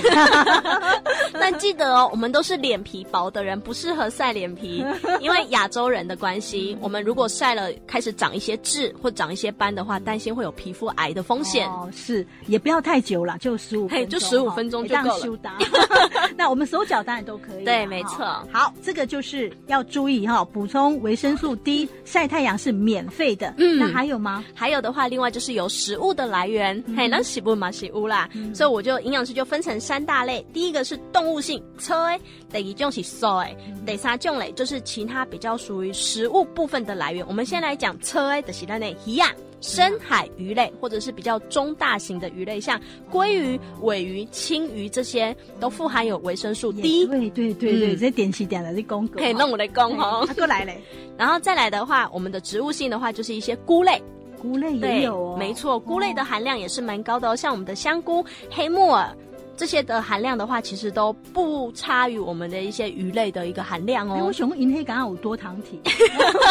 Speaker 3: 但记得哦，我们都是脸皮薄的人，不适合晒脸皮，因为亚洲人的关系，我们如果晒了开始长一些痣或长一些斑的话，担心会有皮肤癌的风险。
Speaker 1: 哦，是也不要太久了，就十五
Speaker 3: 嘿
Speaker 1: 分钟，
Speaker 3: 就15分钟就够了
Speaker 1: 当修 达。 那我们手脚当然都可以啦，
Speaker 3: 对没错
Speaker 1: 哈好，这个就是要注意哈，补充维生素 D，晒太阳是免费的。
Speaker 3: 嗯
Speaker 1: 那还有吗？
Speaker 3: 还有的话，另外就是有食物的来源，嘿，那喜不嘛喜物啦，所以我就营养师就分成三大类，第一个是动物性车，第一种是素诶，第三种类就是其他比较属于食物部分的来源。我们先来讲车诶的是那类鱼呀。深海鱼类或者是比较中大型的鱼类，像鲑鱼、尾鱼、青鱼这些，都富含有维生素
Speaker 1: 嗯也
Speaker 3: D。
Speaker 1: 对对对对，
Speaker 3: 嗯
Speaker 1: 这点起点了，这公狗
Speaker 3: 可以弄我的功
Speaker 1: 哦，
Speaker 3: 哦
Speaker 1: 啊。过来嘞，
Speaker 3: 然后再来的话，我们的植物性的话，就是一些菇类，
Speaker 1: 菇类也
Speaker 3: 对，
Speaker 1: 有哦，
Speaker 3: 没错，菇类的含量也是蛮高的哦，像我们的香菇、黑木耳。这些的含量的话，其实都不差于我们的一些鱼类的一个含量
Speaker 1: 哎，我
Speaker 3: 哦。
Speaker 1: 想银黑橄榄有多糖 体，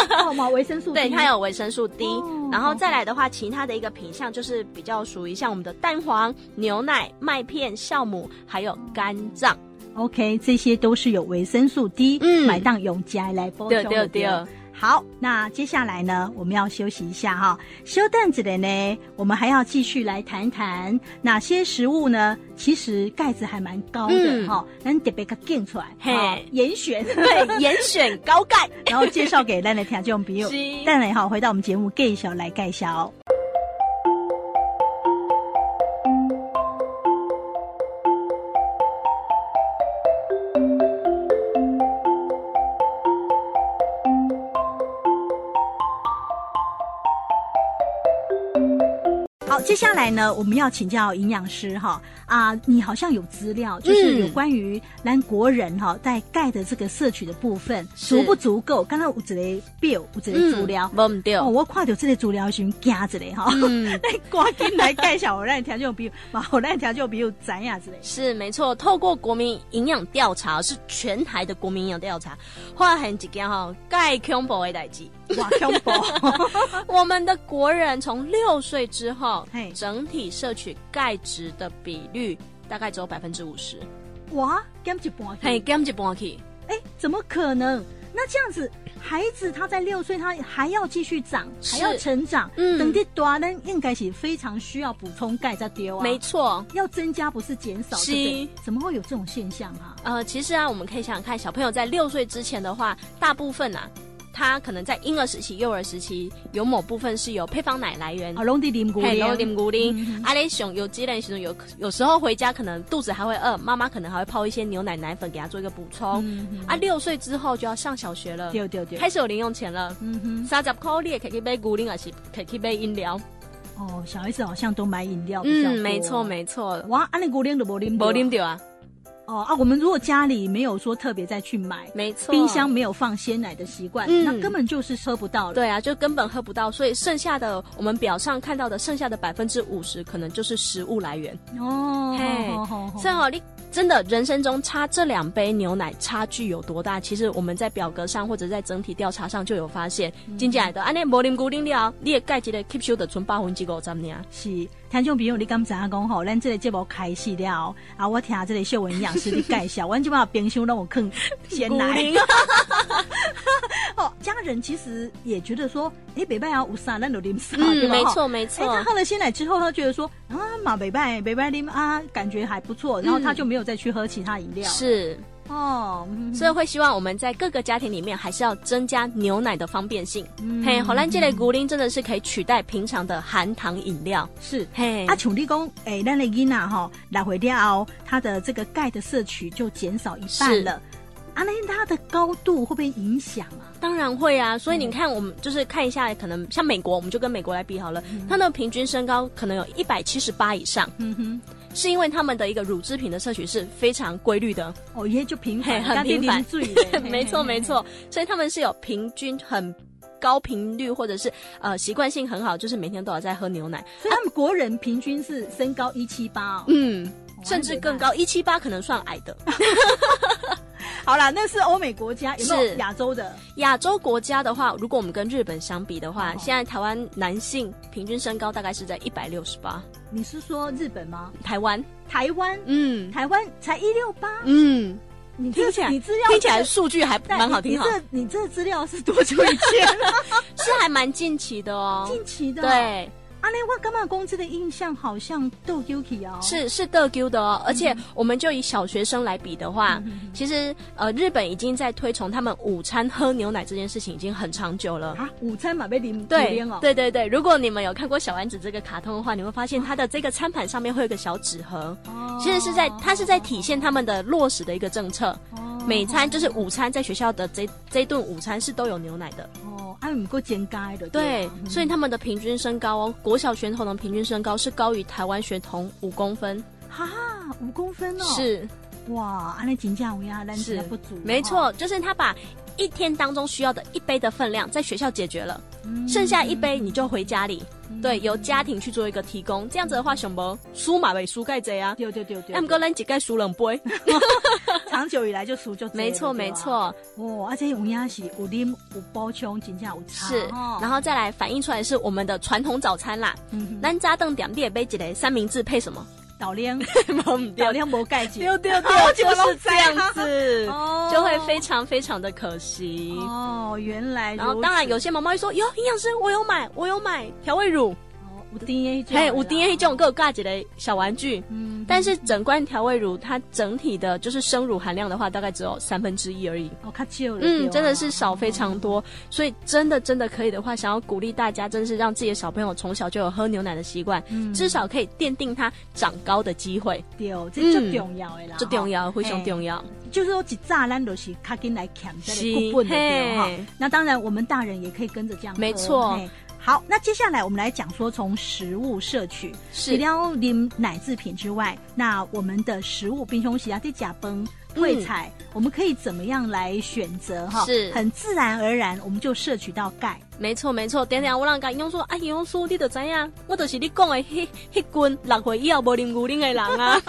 Speaker 1: 哦，嘛维生素 D，
Speaker 3: 对，它有维生素 D，、
Speaker 1: 哦
Speaker 3: 然后再来的话，其他的一个品项就是比较属于像我们的蛋黄、牛奶、麦片、酵母，还有肝脏。
Speaker 1: OK，这些都是有维生素 D，
Speaker 3: 嗯
Speaker 1: 买当用家来补充
Speaker 3: 对
Speaker 1: 的。
Speaker 3: 对对，
Speaker 1: 好，那接下来呢，我们要休息一下哈、休蛋子的呢，我们还要继续来谈谈哪些食物呢？其实钙质还蛮高的
Speaker 3: 嗯
Speaker 1: 哈，咱得别个建出来，
Speaker 3: 嘿
Speaker 1: 哦严选，
Speaker 3: 对，严选高钙。
Speaker 1: 然后介绍给咱的听众朋友
Speaker 3: 是。
Speaker 1: 当然哈，回到我们节目介绍来介绍。好，接下来呢，我们要请教营养师哈啊，你好像有资料，就是有
Speaker 3: 嗯
Speaker 1: 关于咱国人哈在钙的这个摄取的部分
Speaker 3: 是
Speaker 1: 足不足够？刚刚有一个表，有一
Speaker 3: 嗯
Speaker 1: 个资料。
Speaker 3: 无唔对。
Speaker 1: 哦，我看到这个资料时惊一下哈，
Speaker 3: 嗯，
Speaker 1: 咱赶紧来介绍，我让你听众朋友， 嘛，我让你听众朋友知影之类。
Speaker 3: 是没错。透过国民营养调查，是全台的国民营养调查，发现一件哈钙恐怖的代志。
Speaker 1: 哇，恐 怖！哦
Speaker 3: 我们的国人从六岁之后
Speaker 1: 嘿，
Speaker 3: 整体摄取钙质的比率大概只有百分之五十，
Speaker 1: 哇，减一半。
Speaker 3: 嘿，
Speaker 1: 哎、
Speaker 3: 减一半去。
Speaker 1: 怎么可能？那这样子，孩子他在六岁，他还要继续长，还
Speaker 3: 是
Speaker 1: 要成长，
Speaker 3: 嗯
Speaker 1: 等地大，那应该是非常需要补充钙在丢啊。
Speaker 3: 没错，
Speaker 1: 要增加不是减少，
Speaker 3: 是
Speaker 1: 对不对？怎么会有这种现象啊？
Speaker 3: 呃，其实啊，我们可以想想看，小朋友在六岁之前的话，大部分啊，他可能在婴儿时期、幼儿时期，有某部分是由配方奶来源
Speaker 1: 啊，。拢伫啉牛
Speaker 3: 嘿，然后
Speaker 1: 奶，
Speaker 3: 啉牛
Speaker 1: 嗯
Speaker 3: 奶，阿雷熊有鸡蛋熊有有时候回家可能肚子还会饿，妈妈可能还会泡一些牛奶奶粉给他做一个补充。
Speaker 1: 嗯
Speaker 3: 啊，六岁之后就要上小学了，
Speaker 1: 对对对，
Speaker 3: 开始有零用钱了。
Speaker 1: 嗯哼，
Speaker 3: 三十块你也可以去买牛奶，还是可以去买饮料。
Speaker 1: 哦，小孩子好像都买饮料比较多
Speaker 3: 嗯，没错没错，
Speaker 1: 哇，安尼牛奶都无啉到，
Speaker 3: 没啉掉啊，
Speaker 1: 哦啊，我们如果家里没有说特别再去买，
Speaker 3: 没错。
Speaker 1: 冰箱没有放鲜奶的习惯，
Speaker 3: 嗯
Speaker 1: 那根本就是喝不到了。，
Speaker 3: 对啊，就根本喝不到，所以剩下的我们表上看到的剩下的百分之五十，可能就是食物来源。
Speaker 1: 哦，
Speaker 3: 嘿
Speaker 1: 好好好
Speaker 3: 所以哦，你真的人生中差这两杯牛奶差距有多大？其实我们在表格上或者在整体调查上就有发现，今天来的安尼无啉固定了，嗯你的钙质的 keep 的存八分之五十啊 尔。
Speaker 1: 是，听众朋友，你敢知影讲吼？咱这个节目开始了啊，我听这个秀文营养师的介 绍，阮即把冰箱让我坑鲜奶。
Speaker 3: 牛奶
Speaker 1: 哦，家人其实也觉得说，哎、北拜啊，无啥，咱就啉啥，对
Speaker 3: 嗯，
Speaker 1: 吧
Speaker 3: 没。
Speaker 1: 哈
Speaker 3: 错没
Speaker 1: 哎、他
Speaker 3: 错，
Speaker 1: 喝了鲜奶之后，他觉得说啊，马北拜北拜啉啊，感觉还不错，然后他就没有再去喝其他饮料。
Speaker 3: 嗯是。
Speaker 1: 哦，嗯
Speaker 3: 所以会希望我们在各个家庭里面还是要增加牛奶的方便性。
Speaker 1: 嗯
Speaker 3: 嘿，荷兰这类古灵真的是可以取代平常的含糖饮料。
Speaker 1: 是
Speaker 3: 嘿，
Speaker 1: 啊，像你讲，诶、咱的囡仔吼，来回掉后，他的这个钙的摄取就减少一半
Speaker 3: 是
Speaker 1: 了。啊，那它的高度会不会影响啊？
Speaker 3: 当然会啊。所以你看，我们就是看一下，可能像美国，我们就跟美国来比好了，他们的平均身高可能有一百七十八以上，
Speaker 1: 嗯哼，
Speaker 3: 是因为他们的一个乳制品的摄取是非常规律的。
Speaker 1: 哦，也就平
Speaker 3: 嘿
Speaker 1: 凡，
Speaker 3: 很
Speaker 1: 刚
Speaker 3: 平
Speaker 1: 点
Speaker 3: 凡
Speaker 1: 点水 嘞
Speaker 3: 没错没。错，所以他们是有平均很。高频率或者是呃习惯性很好，就是每天都有在喝牛奶，
Speaker 1: 嘿嘿嘿所以他们国人平均是身高一七八，
Speaker 3: 嗯，
Speaker 1: 哦
Speaker 3: 甚至更。高，一七八可能算矮的。
Speaker 1: 好啦，那是欧美国家，有没有
Speaker 3: 是
Speaker 1: 亚洲的？
Speaker 3: 亚洲国家的话，如果我们跟日本相比的话，
Speaker 1: 哦
Speaker 3: 现在台湾男性平均身高大概是在一百六十八，
Speaker 1: 你是说日本吗？
Speaker 3: 台湾，
Speaker 1: 台湾？
Speaker 3: 嗯
Speaker 1: 台湾才一六八，
Speaker 3: 嗯，
Speaker 1: 你这
Speaker 3: 听起来
Speaker 1: 你资料
Speaker 3: 听起来
Speaker 1: 这个
Speaker 3: 数据还
Speaker 1: 但
Speaker 3: 蛮好
Speaker 1: 你
Speaker 3: 听哈，
Speaker 1: 你这你这资料是多久以 前了？
Speaker 3: 是还蛮近期的哦。
Speaker 1: 近期的。
Speaker 3: 对，
Speaker 1: 阿雷啊我干嘛公司的印象好像豆 Yuki 哦，
Speaker 3: 是是的 Q 的哦，而且我们就以小学生来比的话，其实呃，日本已经在推崇他们午餐喝牛奶这件事情已经很长久了。
Speaker 1: 啊，午餐嘛被淋
Speaker 3: 对
Speaker 1: 淋哦，，
Speaker 3: 对对对，如果你们有看过小丸子这个卡通的话，你会发现它的这个餐盘上面会有一个小纸盒，
Speaker 1: 哦
Speaker 3: 其实是在它是在体现他们的落实的一个政策。
Speaker 1: 哦
Speaker 3: 每餐就是午餐，在学校的这这顿午餐是都有牛奶的。
Speaker 1: 哦，啊，唔够肩胛的，
Speaker 3: 对
Speaker 1: 啊，
Speaker 3: 所以他们的平均身高哦，国小学童的平均身高是高于台湾学童五公分，
Speaker 1: 哈五公分哦，
Speaker 3: 是
Speaker 1: 哇，阿雷真正有呀，咱
Speaker 3: 是
Speaker 1: 真的不足，
Speaker 3: 没
Speaker 1: 哦，
Speaker 3: 错，就是他把一天当中需要的一杯的分量，在学校解决了，
Speaker 1: 嗯
Speaker 3: 剩下一杯你就回家里，对，由家庭去做一个提供。这样子的话，熊博输嘛呗，输盖贼啊。
Speaker 1: 对对对对，
Speaker 3: M 哥，咱几盖输冷杯，
Speaker 1: 长久以来就输就
Speaker 3: 没错没。错，
Speaker 1: 哇，啊，这有影是有啉有补充，真正有差哦
Speaker 3: 是，然
Speaker 1: 后
Speaker 3: 后再来反映出来是我们的传统早餐啦。咱扎凳点列杯几嘞三明治配什么？
Speaker 1: 嗯导 量导
Speaker 3: 对
Speaker 1: 量无盖解，
Speaker 3: 丢丢
Speaker 1: 我
Speaker 3: 丢，
Speaker 1: 怎么
Speaker 3: 就是
Speaker 1: 知
Speaker 3: 这
Speaker 1: 道
Speaker 3: 样子，
Speaker 1: 哦
Speaker 3: 就会非常非常的可惜。
Speaker 1: 哦，原来如
Speaker 3: 然
Speaker 1: 此
Speaker 3: 后当然有些妈妈会说，哟，营养师，我有买，我有买调味乳，
Speaker 1: 哦有 DNA 就
Speaker 3: 嘿，
Speaker 1: 有
Speaker 3: 五
Speaker 1: 啦
Speaker 3: DNA 这种各挂几的小玩具。
Speaker 1: 嗯，
Speaker 3: 但是整罐调味乳，它整体的就是生乳含量的话，大概只有三分之一而已。
Speaker 1: 哦，较少了对
Speaker 3: 嗯，
Speaker 1: 啊
Speaker 3: 真的是少非常多，所以真的真的可以的话，想要鼓励大家，真的是让自己的小朋友从小就有喝牛奶的习惯，
Speaker 1: 嗯
Speaker 3: 至少可以奠定他长高的机会，
Speaker 1: 对，这最重要的啦，
Speaker 3: 这嗯重要，非常
Speaker 1: 啊嘿
Speaker 3: 重要。
Speaker 1: 就是说，一乍咱就是较紧来抢这
Speaker 3: 是
Speaker 1: 个固本的对哈
Speaker 3: 嘿。
Speaker 1: 那当然，我们大人也可以跟着这样喝。
Speaker 3: 没错
Speaker 1: 嘿。好，那接下来我们来讲说，从食物摄取，除
Speaker 3: 是
Speaker 1: 了啉奶制品之外，那我们的食物冰凶洗啊，这甲崩
Speaker 3: 嗯
Speaker 1: 会菜，我们可以怎么样来选择哈？
Speaker 3: 是
Speaker 1: 很自然而然，我们就摄取到钙。
Speaker 3: 没错没错，等等，我让伊用说，啊，伊用说你都知影，我就是你讲的迄迄群六岁以后无啉牛奶的 人啊。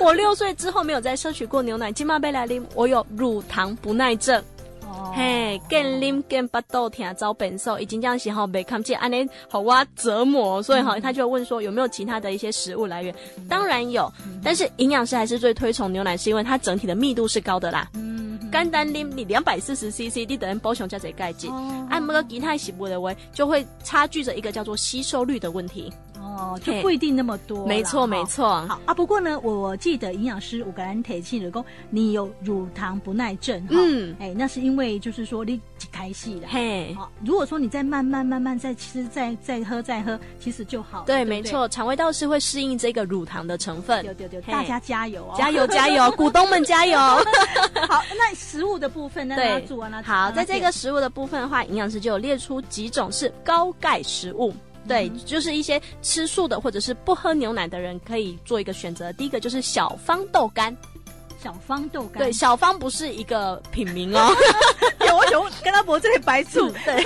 Speaker 3: 我六岁之后没有再摄取过牛奶，今麦要来啉，我有乳糖不耐症，
Speaker 1: 哦
Speaker 3: 嘿，更啉更巴肚疼，遭变瘦，已经这样时候没看见，安尼好我折磨，
Speaker 1: 嗯
Speaker 3: 所以哈，他就问说有没有其他的一些食物来源？当然有，但
Speaker 1: 嗯
Speaker 3: 是营养师还是最推崇牛奶，是因为它整体的密度是高的啦。
Speaker 1: 嗯，嗯
Speaker 3: 简单啉你两百四十 CC，你等于补充加些钙质。
Speaker 1: 哦
Speaker 3: 按摩个吉他洗不的喂，就会差距着一个叫做吸收率的问题。
Speaker 1: 哦，就不一定那么多啦。
Speaker 3: 没错，
Speaker 1: 哈
Speaker 3: 没错。
Speaker 1: 好啊，不过呢，我记得营养师有跟咱提醒了，讲你有乳糖不耐症哈，
Speaker 3: 嗯
Speaker 1: 哎、那是因为就是说你一开戏了。
Speaker 3: 嘿，
Speaker 1: 好，如果说你再慢慢慢慢再吃再再喝再喝，其实就好了。
Speaker 3: 对，
Speaker 1: 不
Speaker 3: 没。错，肠胃道是会适应这个乳糖的成分
Speaker 1: 对。对对，
Speaker 3: 嘿
Speaker 1: 大家加油哦！
Speaker 3: 加油加油，股东们加油！
Speaker 1: 好，那食物的部分，那
Speaker 3: 对
Speaker 1: 让他做完了。
Speaker 3: 好，在这
Speaker 1: 让
Speaker 3: 个食物的部分的话，营养师就有列出几种是高钙食物。对，就是一些吃素的或者是不喝牛奶的人可以做一个选择。第一个就是小方豆干，
Speaker 1: 他小方豆干，
Speaker 3: 对，小方不是一个品名哦，
Speaker 1: 有我有跟他伯这里白醋，
Speaker 3: 对，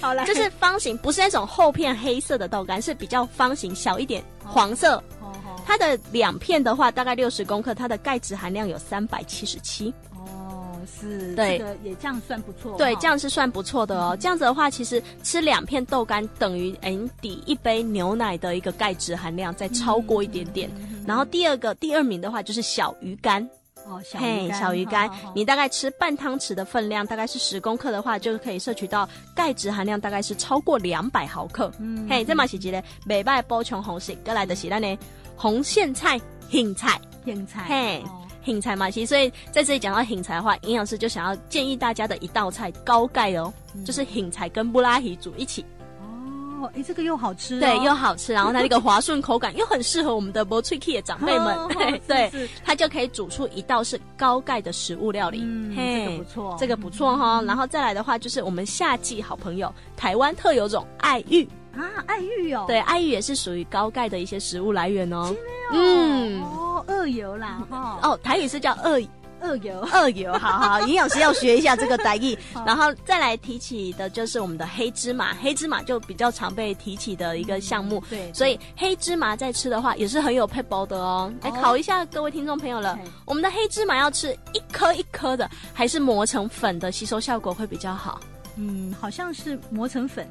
Speaker 1: 好来，
Speaker 3: 就是方形，不是那种厚片黑色的豆干，是比较方形小一点，黄色。
Speaker 1: 哦哦
Speaker 3: 它的两片的话，大概六十公克，它的钙质含量有三百七十七。
Speaker 1: 哦是，
Speaker 3: 对
Speaker 1: 这个也这样算不错。
Speaker 3: 对，
Speaker 1: 哈
Speaker 3: 这样是算不错的
Speaker 1: 嗯
Speaker 3: 哦。这样子的话，其实吃两片豆干等于哎你抵一杯牛奶的一个钙质含量，再超
Speaker 1: 嗯
Speaker 3: 过一点点。然后第二个第二名的话就是小鱼干，
Speaker 1: 哦，小鱼
Speaker 3: 嘿，
Speaker 1: 干，
Speaker 3: 小鱼干
Speaker 1: 哈哈哈，
Speaker 3: 你大概吃半汤匙的分量，大概是十公克的话，就可以摄取到钙质含量大概是超过两百毫克。
Speaker 1: 嗯
Speaker 3: 嘿，这嘛是一个袂歹补充红食，再来就是咱的红苋菜、苋菜。
Speaker 1: 苋菜，
Speaker 3: 嘿
Speaker 1: 哦
Speaker 3: 苋菜嘛，其实所以在这里讲到苋菜的话，营养师就想要建议大家的一道菜高钙哦，就是苋菜跟布拉提煮一起，
Speaker 1: 嗯哦，哎、这个又好吃、哦，
Speaker 3: 对，又好吃，然后它那个滑顺口感又很适合我们的薄脆 k 的长辈们
Speaker 1: 哦，
Speaker 3: 嘿
Speaker 1: 是
Speaker 3: 对
Speaker 1: 是，
Speaker 3: 它就可以煮出一道是高钙的食物料理，
Speaker 1: 嗯，
Speaker 3: 嘿
Speaker 1: 这个不错，嗯
Speaker 3: 这个不错哈、然后再来的话，就是我们夏季好朋友台湾特有种爱玉，
Speaker 1: 啊，爱玉哦，
Speaker 3: 对，爱玉也是属于高钙的一些食物来源哦。
Speaker 1: 哦，
Speaker 3: 嗯，
Speaker 1: 哦，二油啦，哈，
Speaker 3: 哦，台语是叫二
Speaker 1: 二油，
Speaker 3: 二油，好好，营养师要学一下这个台语
Speaker 1: 好。
Speaker 3: 然后再来提起的就是我们的黑芝麻，黑芝麻就比较常被提起的一个项目。
Speaker 1: 对，
Speaker 3: 所以黑芝麻在吃的话也是很有配包的哦。来考一下各位听众朋友了
Speaker 1: 嘿，
Speaker 3: 我们的黑芝麻要吃一颗一颗的，还是磨成粉的，吸收效果会比较好？
Speaker 1: 嗯，好像是磨成粉，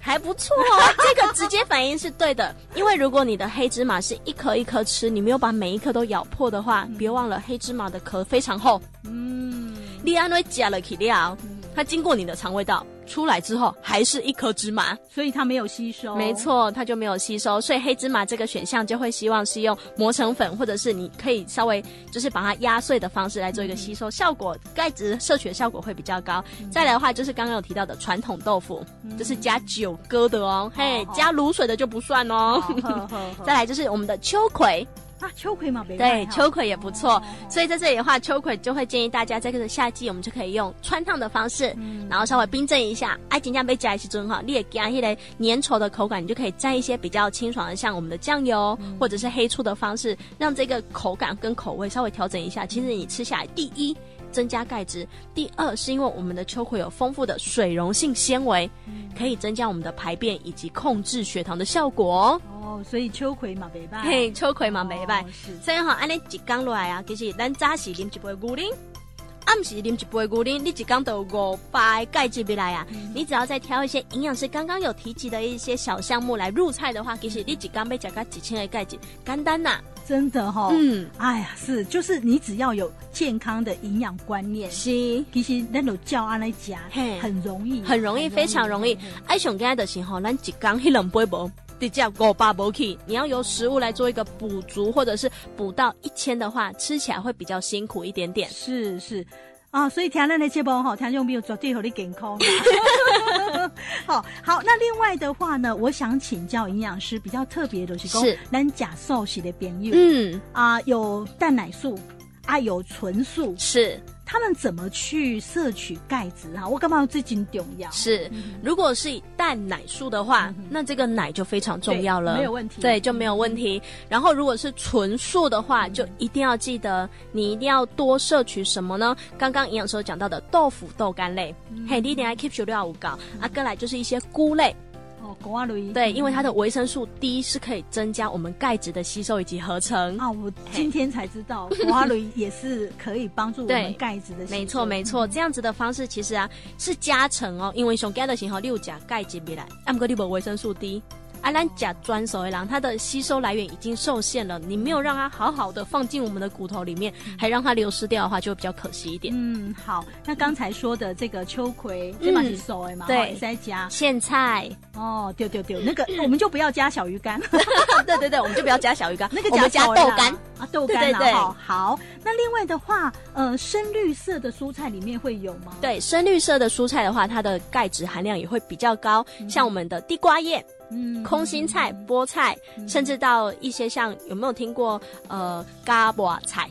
Speaker 3: 还不错哦，这个直接反应是对的。因为如果你的黑芝麻是一颗一颗吃，你没有把每一颗都咬破的话，别忘了黑芝麻的壳非常厚，
Speaker 1: 嗯，
Speaker 3: 你安会夹了起料，它经过你的肠胃道出来之后，还是一颗芝麻。
Speaker 1: 所以它没有吸收，
Speaker 3: 没，错，它就没有吸收，所以黑芝麻这个选项就会希望是用磨成粉，或者是你可以稍微就是把它压碎的方式来做一个吸收，效果钙质摄取的效果会比较高。再来的话就是刚刚有提到的传统豆腐，就是加酒疙的嗯哦，嘿
Speaker 1: 好，
Speaker 3: 加卤水的就不算哦。再
Speaker 1: 再
Speaker 3: 来就是我们的秋葵，
Speaker 1: 啊，秋葵嘛，没
Speaker 3: 对，
Speaker 1: 卖哈
Speaker 3: 秋葵也不错
Speaker 1: 哦。
Speaker 3: 所以在这里的话，秋葵就会建议大家在这个夏季，我们就可以用穿烫的方式，
Speaker 1: 嗯
Speaker 3: 然后稍微冰镇一下。啊，尽量被加一些蒸哈，你也加一些粘稠的口感，你就可以蘸一些比较清爽的，像我们的酱油或者是黑醋的方式，让这个口感跟口味稍微调整一下。其实你吃下来，第一。增加钙质；第二是因为我们的秋葵有丰富的水溶性纤维，
Speaker 1: 嗯
Speaker 3: 可以增加我们的排便以及控制血糖的效果哦。
Speaker 1: 哦，所以秋葵嘛，袂歹，
Speaker 3: 嘿，秋葵嘛袂歹
Speaker 1: 哦，。是
Speaker 3: 所以吼，安尼一工落来啊，其实咱早时啉一杯牛奶，暗时啉一杯牛奶，你一工都有五百钙质进来啊。你只要再挑一些营养师刚刚有提及的一些小项目来入菜的话，其实你一工要食到几千个钙质，简单呐、
Speaker 1: 真的哈、
Speaker 3: 嗯，
Speaker 1: 哎呀，是，就是你只要有健康的营养观念，
Speaker 3: 是。
Speaker 1: 其实那种教案来讲
Speaker 3: 嘿，
Speaker 1: 很容易，
Speaker 3: 很容易，非常容易。爱哎上惊的是吼，咱一缸迄两杯无，直接五百无去。你要由食物来做一个补足，或者是补到一千的话，吃起来会比较辛苦一点点。
Speaker 1: 是是。啊、所以听咱的节目吼，听众朋友绝对和你健 康。 好好，那另外的话呢，我想请教营养师比较特别的就是说
Speaker 3: 是，
Speaker 1: 咱假素食的朋友
Speaker 3: 嗯，
Speaker 1: 啊、有蛋奶素啊，有纯素，
Speaker 3: 是
Speaker 1: 他们怎么去摄取钙质啊？我干嘛最近重要？
Speaker 3: 是。如果是以蛋奶素的话，那这个奶就非常重要了，
Speaker 1: 嗯对没有问题嗯
Speaker 3: 对，就没有问题。然后如果是纯素的话，就一定要记得，你一定要多摄取什么呢？刚刚营养师有讲到的豆腐、豆干类，
Speaker 1: 嗯
Speaker 3: 嘿，你一定要 keep 住量五高。啊，再来就是一些菇类，
Speaker 1: 哦，瓜类
Speaker 3: 对，因为它的维生素 D 是可以增加我们钙质的吸收以及合成。
Speaker 1: 啊，我今天才知道， 瓜类也是可以帮助我
Speaker 3: 对
Speaker 1: 们钙质的吸收。
Speaker 3: 没错，没错，这样子的方式其实啊是加成哦，因为上钙的型号六甲钙质未来，啊，不过你无维生素 D。啊，咱甲专手的狼，它的吸收来源已经受限了，你没有让它好好的放进我们的骨头里面，还让它流失掉的话，就会比较可惜一点。
Speaker 1: 嗯，好，那刚才说的这个秋葵，这把是熟的嘛，
Speaker 3: 对
Speaker 1: 哦也是在加
Speaker 3: 苋菜，
Speaker 1: 哦，对对对，那 个我们就不要加小鱼干，
Speaker 3: 对对对，我们就不要加小鱼干，
Speaker 1: 那个
Speaker 3: 我们加
Speaker 1: 熟的
Speaker 3: 豆
Speaker 1: 啦
Speaker 3: 干，
Speaker 1: 啊，豆干
Speaker 3: 对对对
Speaker 1: 啊，好，好，那另外的话，呃，深绿色的蔬菜里面会有吗？
Speaker 3: 对，深绿色的蔬菜的话，它的钙质含量也会比较高，像我们的地瓜叶、
Speaker 1: 嗯，
Speaker 3: 空心菜、菠菜，甚至到一些像有没有听过呃嘎巴菜？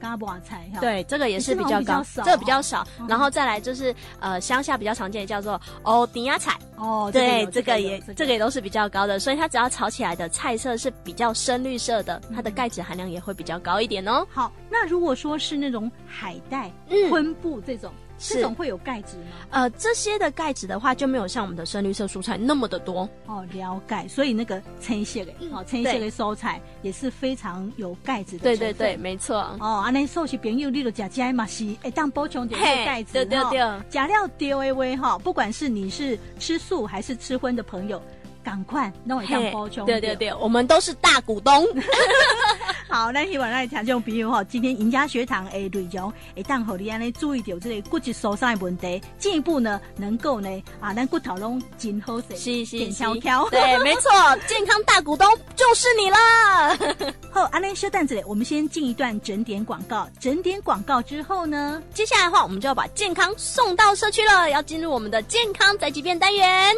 Speaker 1: 嘎巴菜哈，，
Speaker 3: 对，这个也是比较高，
Speaker 1: 这
Speaker 3: 这
Speaker 1: 种比较少
Speaker 3: 个比较少。
Speaker 1: 嗯
Speaker 3: 然后再来就是呃乡下比较常见的叫做欧迪亚菜，
Speaker 1: 哦，这个
Speaker 3: 对
Speaker 1: 有，
Speaker 3: 这个也
Speaker 1: 有
Speaker 3: 这个也都是比较高的，所以它只要炒起来的菜色是比较深绿色的，
Speaker 1: 嗯
Speaker 3: 它的钙质含量也会比较高一点哦。
Speaker 1: 好，那如果说是那种海带、
Speaker 3: 嗯
Speaker 1: 昆布这种，
Speaker 3: 是
Speaker 1: 这种会有钙质吗？
Speaker 3: 呃，这些的钙质的话就没有像我们的深绿色蔬菜那么的多。
Speaker 1: 哦，了解。所以那个青色的，
Speaker 3: 嗯
Speaker 1: 哦，青色的蔬菜也是非常有钙质的。
Speaker 3: 对对对，。没错。
Speaker 1: 哦，安尼素食朋友，你都食这嘛是会当补充点钙质
Speaker 3: 嘿对对对
Speaker 1: 假料丢诶喂哈，不管是你是吃素还是吃荤的朋友，赶快弄一当
Speaker 3: 嘿
Speaker 1: 包充。
Speaker 3: 对对。对，我们都是大 股东。
Speaker 1: 好，咱希望咱的听众朋友吼，今天赢家学堂诶内容会当互你安尼注意到这个骨质疏松的问题，进一步呢能够呢啊，咱骨头拢真好势，
Speaker 3: 是是
Speaker 1: 健
Speaker 3: 是
Speaker 1: 翘翘。
Speaker 3: 对，没错，健康大股东就是你啦。
Speaker 1: 好，安尼稍等一下，我们先进一段整点广告。整点广告之后呢，
Speaker 3: 接下来的话，我们就要把健康送到社区了，要进入我们的健康宅急便单元。